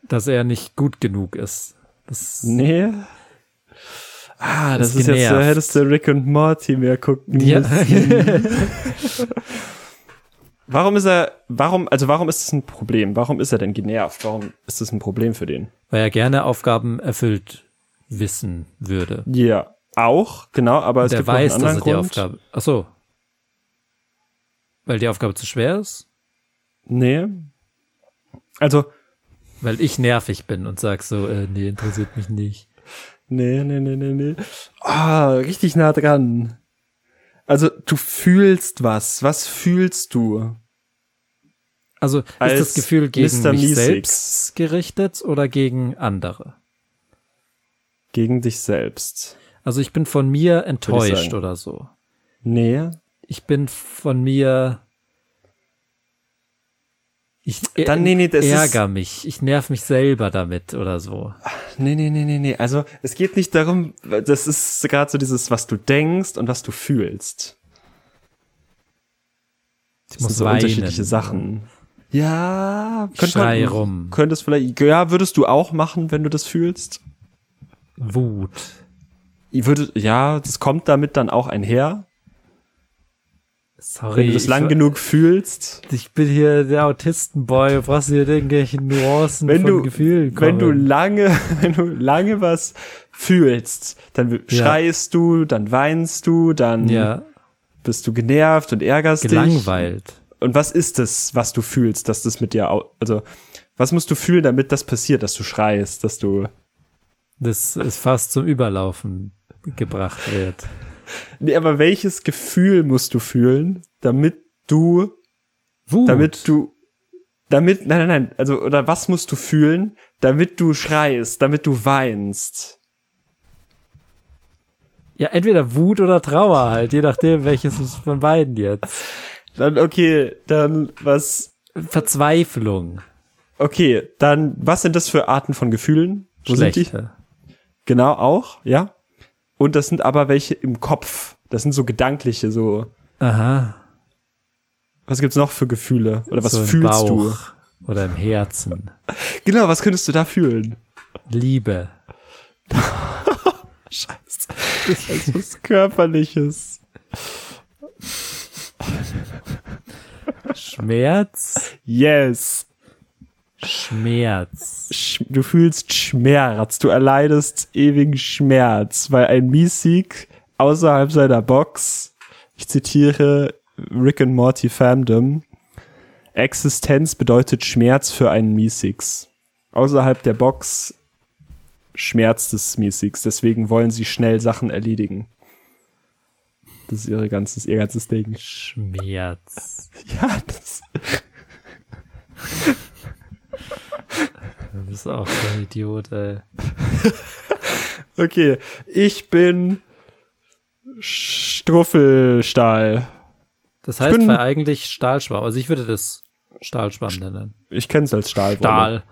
dass er nicht gut genug ist. Das Nee. Ah, das ist, Ist jetzt, da genervt. hättest du Rick und Morty mehr gucken ja, müssen. Warum ist er, warum, also warum ist das ein Problem? Warum ist er denn genervt? Warum ist das ein Problem für den? weil er gerne Aufgaben erfüllt wissen würde. Ja, auch, genau, aber es Der gibt noch weiß, einen dass anderen er die Grund. Aufgabe. Ach so. Weil die Aufgabe zu schwer ist? Nee. Also, Weil ich nervig bin und sag so, äh, nee, interessiert mich nicht. Nee, nee, nee, nee, nee. Ah, richtig nah dran. Also, du fühlst was. Was fühlst du? Also ist Als das Gefühl gegen Mr. mich Miesix. selbst gerichtet oder gegen andere? Gegen dich selbst. Also ich bin von mir enttäuscht sagen. oder so. Nee. Ich bin von mir. Ich äh, Dann, nee, nee, das ist- ärgere mich. Ich nerv mich selber damit oder so. Nee, nee, nee, nee, nee. Also, es geht nicht darum, das ist gerade so dieses, was du denkst und was du fühlst. Ich Das sind so unterschiedliche Sachen. Ja, Ich schrei rum. Könntest vielleicht, ja, würdest du auch machen, wenn du das fühlst? Wut. Ich würde, ja, das kommt damit dann auch einher. Sorry. Wenn du das ich, lang war- genug fühlst. ich bin hier der Autistenboy. Du brauchst hier irgendwelche Nuancen wenn von du, Gefühlen. wenn du kommen. lange, wenn du lange was fühlst, dann schreist du, dann weinst du, dann ja, bist du genervt und ärgerst gelangweilt. dich. Und was ist es, was du fühlst, dass das mit dir, au- also, was musst du fühlen, damit das passiert, dass du schreist, dass du, Das ist fast zum Überlaufen gebracht wird. nee, aber welches Gefühl musst du fühlen, damit du, Wut. damit du, damit, nein, nein, nein, also, oder was musst du fühlen, damit du schreist, damit du weinst? ja, entweder Wut oder Trauer halt, je nachdem, welches ist von beiden jetzt. Dann, okay, dann was. Verzweiflung. Okay, dann, was sind das für Arten von Gefühlen? Wo sind die? Schlechte. Genau, auch, ja. Und das sind aber welche im Kopf. Das sind so gedankliche, so. Aha. Was gibt's noch für Gefühle? Oder was so im fühlst du? Bauch Oder im Herzen. Genau, was könntest du da fühlen? Liebe. Was Körperliches. Schmerz. Yes. Schmerz. Sch du fühlst Schmerz. Du erleidest ewigen Schmerz, weil ein Miesig außerhalb seiner Box, ich zitiere Rick and Morty Fandom, Existenz bedeutet Schmerz für einen Miesix. Außerhalb der Box Schmerz des Miesigs. Deswegen wollen sie schnell Sachen erledigen. Das ist ihre ganzes, ihr ganzes Ding. Schmerz. Ja, das, Du bist auch so ein Idiot, ey. Okay, ich bin Struffelstahl. Das heißt bin- weil eigentlich Stahlschwamm. Also ich würde das Stahlschwamm nennen. Ich kenne es als Stahlwolle. Stahl.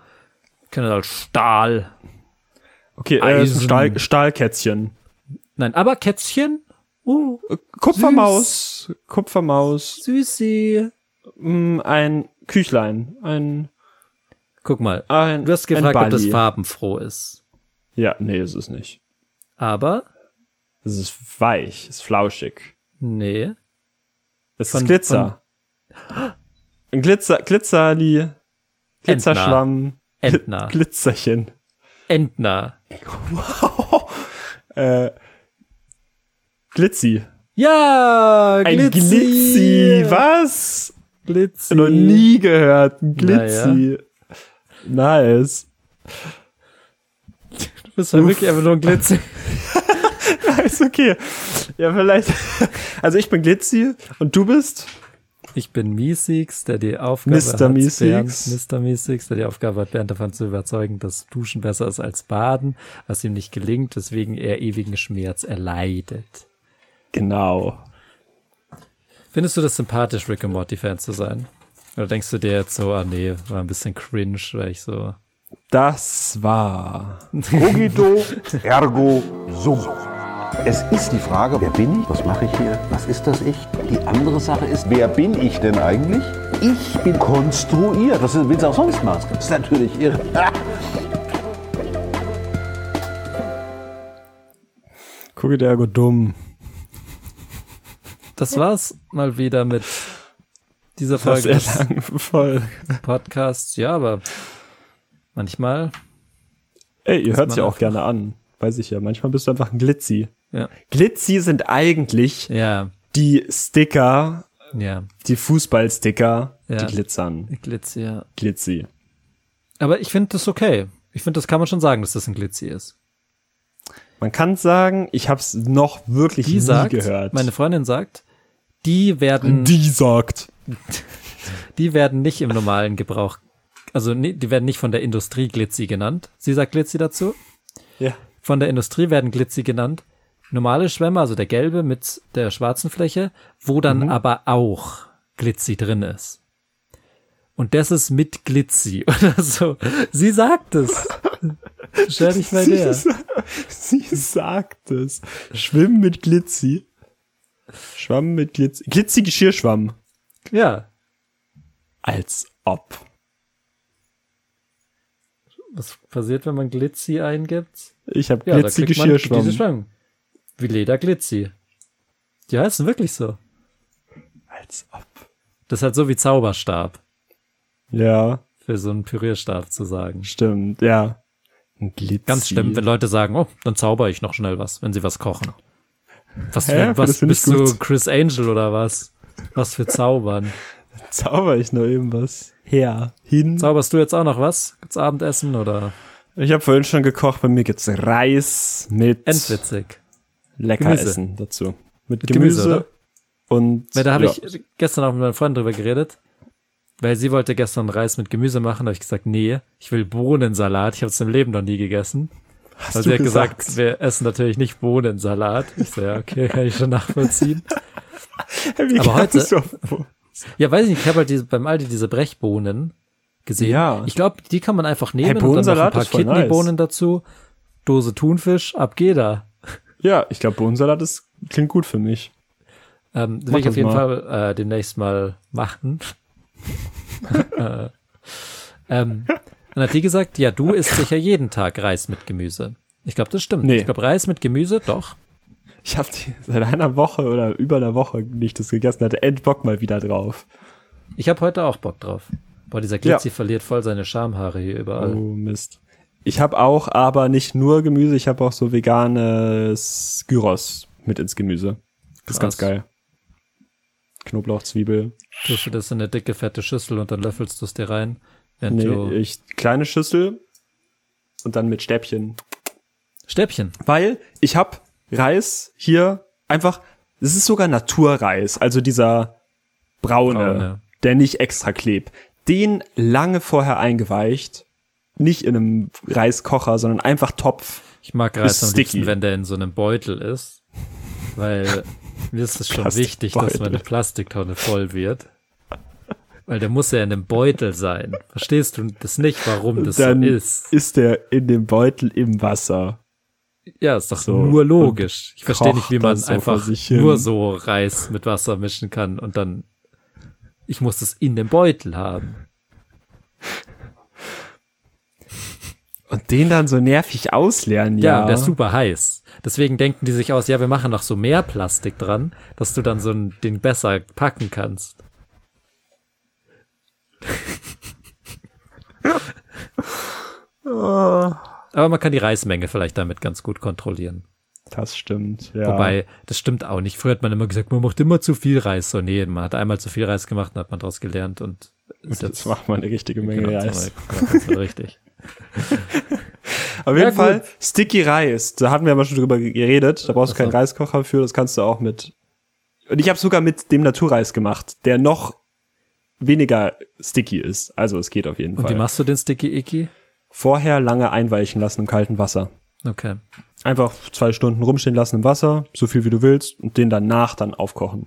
Ich kenne das als Stahl. Okay, äh, Eisen. Stahl, Stahlkätzchen. Nein, aber Kätzchen? Uh, Kupfermaus. Kupfermaus. süßi. Mm, Ein Küchlein. Ein, Guck mal, ein du hast ein gefragt, ob das Bali. farbenfroh ist. Ja, nee, ist es nicht. Aber, Es ist weich, ist flauschig. nee. Es Von- ist Glitzer. Ein Glitzer, Glitzerli. Glitzerschwamm. Entner. Gl- Glitzerchen. Entner. Äh, Glitzi. Ja, Glitzi. Ein Glitzi, was? Glitzi. Noch nie gehört. Ein Naja. Glitzi. Nice. Du bist ja wirklich einfach nur ein Glitzi. Ist okay. Ja, vielleicht. Also ich bin Glitzi und du bist? Ich bin Miesix, der die Aufgabe Mr. hat, Bernd- Miesix. Mr. Miesix, der die Aufgabe hat, Bernd davon zu überzeugen, dass Duschen besser ist als Baden, was ihm nicht gelingt, weswegen er ewigen Schmerz erleidet. Genau. Findest du das sympathisch, Rick and Morty-Fan zu sein? Oder denkst du dir jetzt so, ah nee, war ein bisschen cringe, weil ich so... Das war. Cogito ergo sum. Es ist die Frage, wer bin ich? Was mache ich hier? Was ist das Ich? Die andere Sache ist, wer bin ich denn eigentlich? Ich bin konstruiert. Das ist- willst du auch sonst machen. Das ist natürlich irre. Gucke der dumm. Das war's mal wieder mit dieser Das Folge ist des lang voll. Podcasts. Ja, aber manchmal, Ey, ihr hört man ja auch einfach- gerne an. Weiß ich ja. Manchmal bist du einfach ein Glitzi. ja, Glitzi sind eigentlich ja, die Sticker, ja, die Fußballsticker, Ja. die glitzern. Glitzi, ja. Glitzi. Aber ich finde das okay. Ich finde, das kann man schon sagen, dass das ein Glitzi ist. Man kann sagen, ich hab's noch wirklich Die nie sagt, gehört. meine Freundin sagt, die werden, die, die sagt. werden nicht im normalen Gebrauch, also ni- die werden nicht von der Industrie Glitzi genannt. Sie sagt Glitzi dazu. Ja. Von der Industrie werden Glitzi genannt. Normale Schwämme, also der gelbe mit der schwarzen Fläche, wo dann Mhm. aber auch Glitzi drin ist. Und das ist mit Glitzi oder so. Sie sagt es. Stell dich bei Sie, der. sie sagt es. Schwimmen mit Glitzi. Schwamm mit Glitzi. Glitzi Geschirrschwamm. Ja. Als ob. Was passiert, wenn man Glitzi eingibt? Ich hab Ja, Glitzi da kriegt man diese Geschirrschwamm. Schwang. Wie Leder Glitzi. Die heißen wirklich so. Als ob. Das ist halt so wie Zauberstab, Ja, für so einen Pürierstab zu sagen. stimmt. Ja. Ein Glitzi. Ganz schlimm, wenn Leute sagen, oh, dann zauber ich noch schnell was, wenn sie was kochen. Was, Hä? für, was Das find ich bist du, gut. Chris Angel oder was? Was für Zaubern? Zauber ich noch irgendwas her, hin. Zauberst du jetzt auch noch was? Gibt's Abendessen oder? Ich habe vorhin schon gekocht, bei mir gibt's Reis mit Endwitzig. Leckeressen dazu. Mit Gemüse, Gemüse, und Weil da habe ja. ich gestern auch mit meinen Freunden drüber geredet, weil sie wollte gestern Reis mit Gemüse machen, da habe ich gesagt, nee, ich will Bohnensalat, ich habe es im Leben noch nie gegessen. Hast du also sie hat gesagt, gesagt? wir essen natürlich nicht Bohnensalat. Ich so, ja, okay, kann ich schon nachvollziehen. Wie aber kamst heute- du auf- Ja, weiß ich nicht, ich habe halt diese, beim Aldi diese Brechbohnen gesehen. Ja. Ich glaube, die kann man einfach nehmen Bohnensalat und dann noch ein ist voll paar Kidneybohnen dazu, Dose Thunfisch, ab geht er. Ja, ich glaube Bohnensalat ist klingt gut für mich. Ähm, das Mach will ich auf das jeden mal. Fall äh, demnächst mal machen. Äh, ähm, dann hat die gesagt, ja, du isst sicher jeden Tag Reis mit Gemüse. Ich glaube, das stimmt. Nee. Ich glaube, Reis mit Gemüse, doch. Ich habe seit einer Woche oder über einer Woche nicht das gegessen, hatte Endbock mal wieder drauf. Ich habe heute auch Bock drauf. Boah, dieser Glitzi verliert voll seine Schamhaare hier Oh überall. Mist. Ich habe auch, aber nicht nur Gemüse, ich habe auch so veganes Gyros mit ins Gemüse. Das ist ganz Krass. geil. Knoblauch, Zwiebel, Tust du das in eine dicke, fette Schüssel und dann löffelst du es dir rein. Während du Nee, ich kleine Schüssel und dann mit Stäbchen. Stäbchen. Weil ich hab Reis hier einfach, es ist sogar Naturreis, also dieser braune, Braune. der nicht extra klebt. Den lange vorher eingeweicht, nicht in einem Reiskocher, sondern einfach Topf. Ich mag Ist Reis am liebsten, sticky. wenn der in so einem Beutel ist. weil mir ist es schon wichtig, dass Plastikbeutel. meine Plastiktonne voll wird. Weil der muss ja in einem Beutel sein. Verstehst du das nicht, warum das Dann so ist. ist? der in dem Beutel im Wasser. Ja, ist doch so. nur logisch. Ich verstehe kocht nicht, wie man das so vor einfach sich hin. nur so Reis mit Wasser mischen kann und dann ich muss das in dem Beutel haben. Und den dann so nervig ausleeren, Ja, ja. der ist super heiß. Deswegen denken die sich aus, ja, wir machen noch so mehr Plastik dran, dass du dann so ein, den besser packen kannst. Aber man kann die Reismenge vielleicht damit ganz gut kontrollieren. Das stimmt, ja. Wobei, das stimmt auch nicht. Früher hat man immer gesagt, man macht immer zu viel Reis. So, nee, man hat einmal zu viel Reis gemacht und hat man daraus gelernt und ist Jetzt macht man eine richtige Menge genau, Reis. zum Beispiel. Ja, richtig. Auf jeden Ja, gut. Fall Sticky Reis. Da hatten wir aber schon drüber geredet. Da brauchst du keinen Also. Reiskocher für. Das kannst du auch mit. Und ich habe sogar mit dem Naturreis gemacht, der noch weniger sticky ist. Also es geht auf jeden Und wie Fall. machst du den Sticky Icky? Vorher lange einweichen lassen im kalten Wasser. Okay. Einfach zwei Stunden rumstehen lassen im Wasser, so viel wie du willst, und den danach dann aufkochen.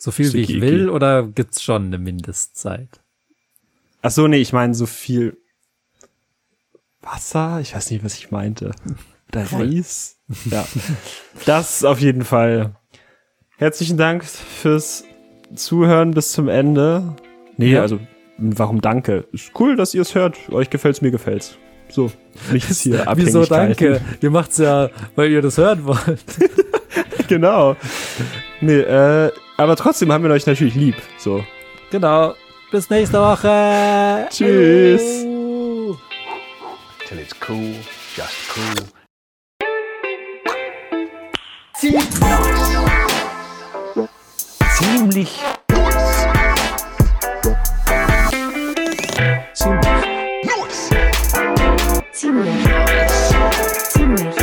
So viel wie Sticky ich will Icky. oder gibt's schon eine Mindestzeit? Ach so, nee, ich meine so viel Wasser. Ich weiß nicht, was ich meinte. Oder Reis. Ja, das auf jeden Fall. Herzlichen Dank fürs Zuhören bis zum Ende. Nee, Ja. also warum danke? Ist cool, dass ihr es hört. Euch gefällt's, mir gefällt's. So, nichts hier. Wieso Abhängigkeiten. danke? Ihr macht's ja, weil ihr das hören wollt. Genau. Nee, äh, aber trotzdem haben wir euch natürlich lieb. So. Genau. Bis nächste Woche. Tschüss. Till it's cool, just cool. Ziemlich. Ziemlich. Ziemlich. Ziemlich.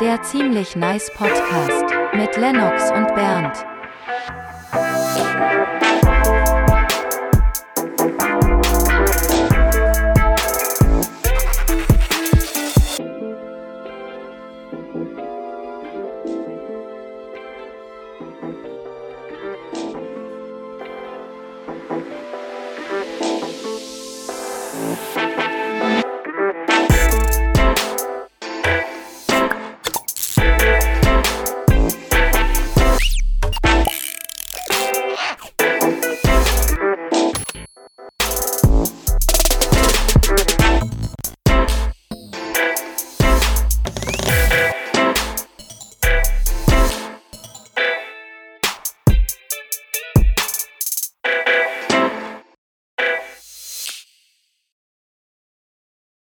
Der ziemlich nice Podcast mit Lennox und Bernd.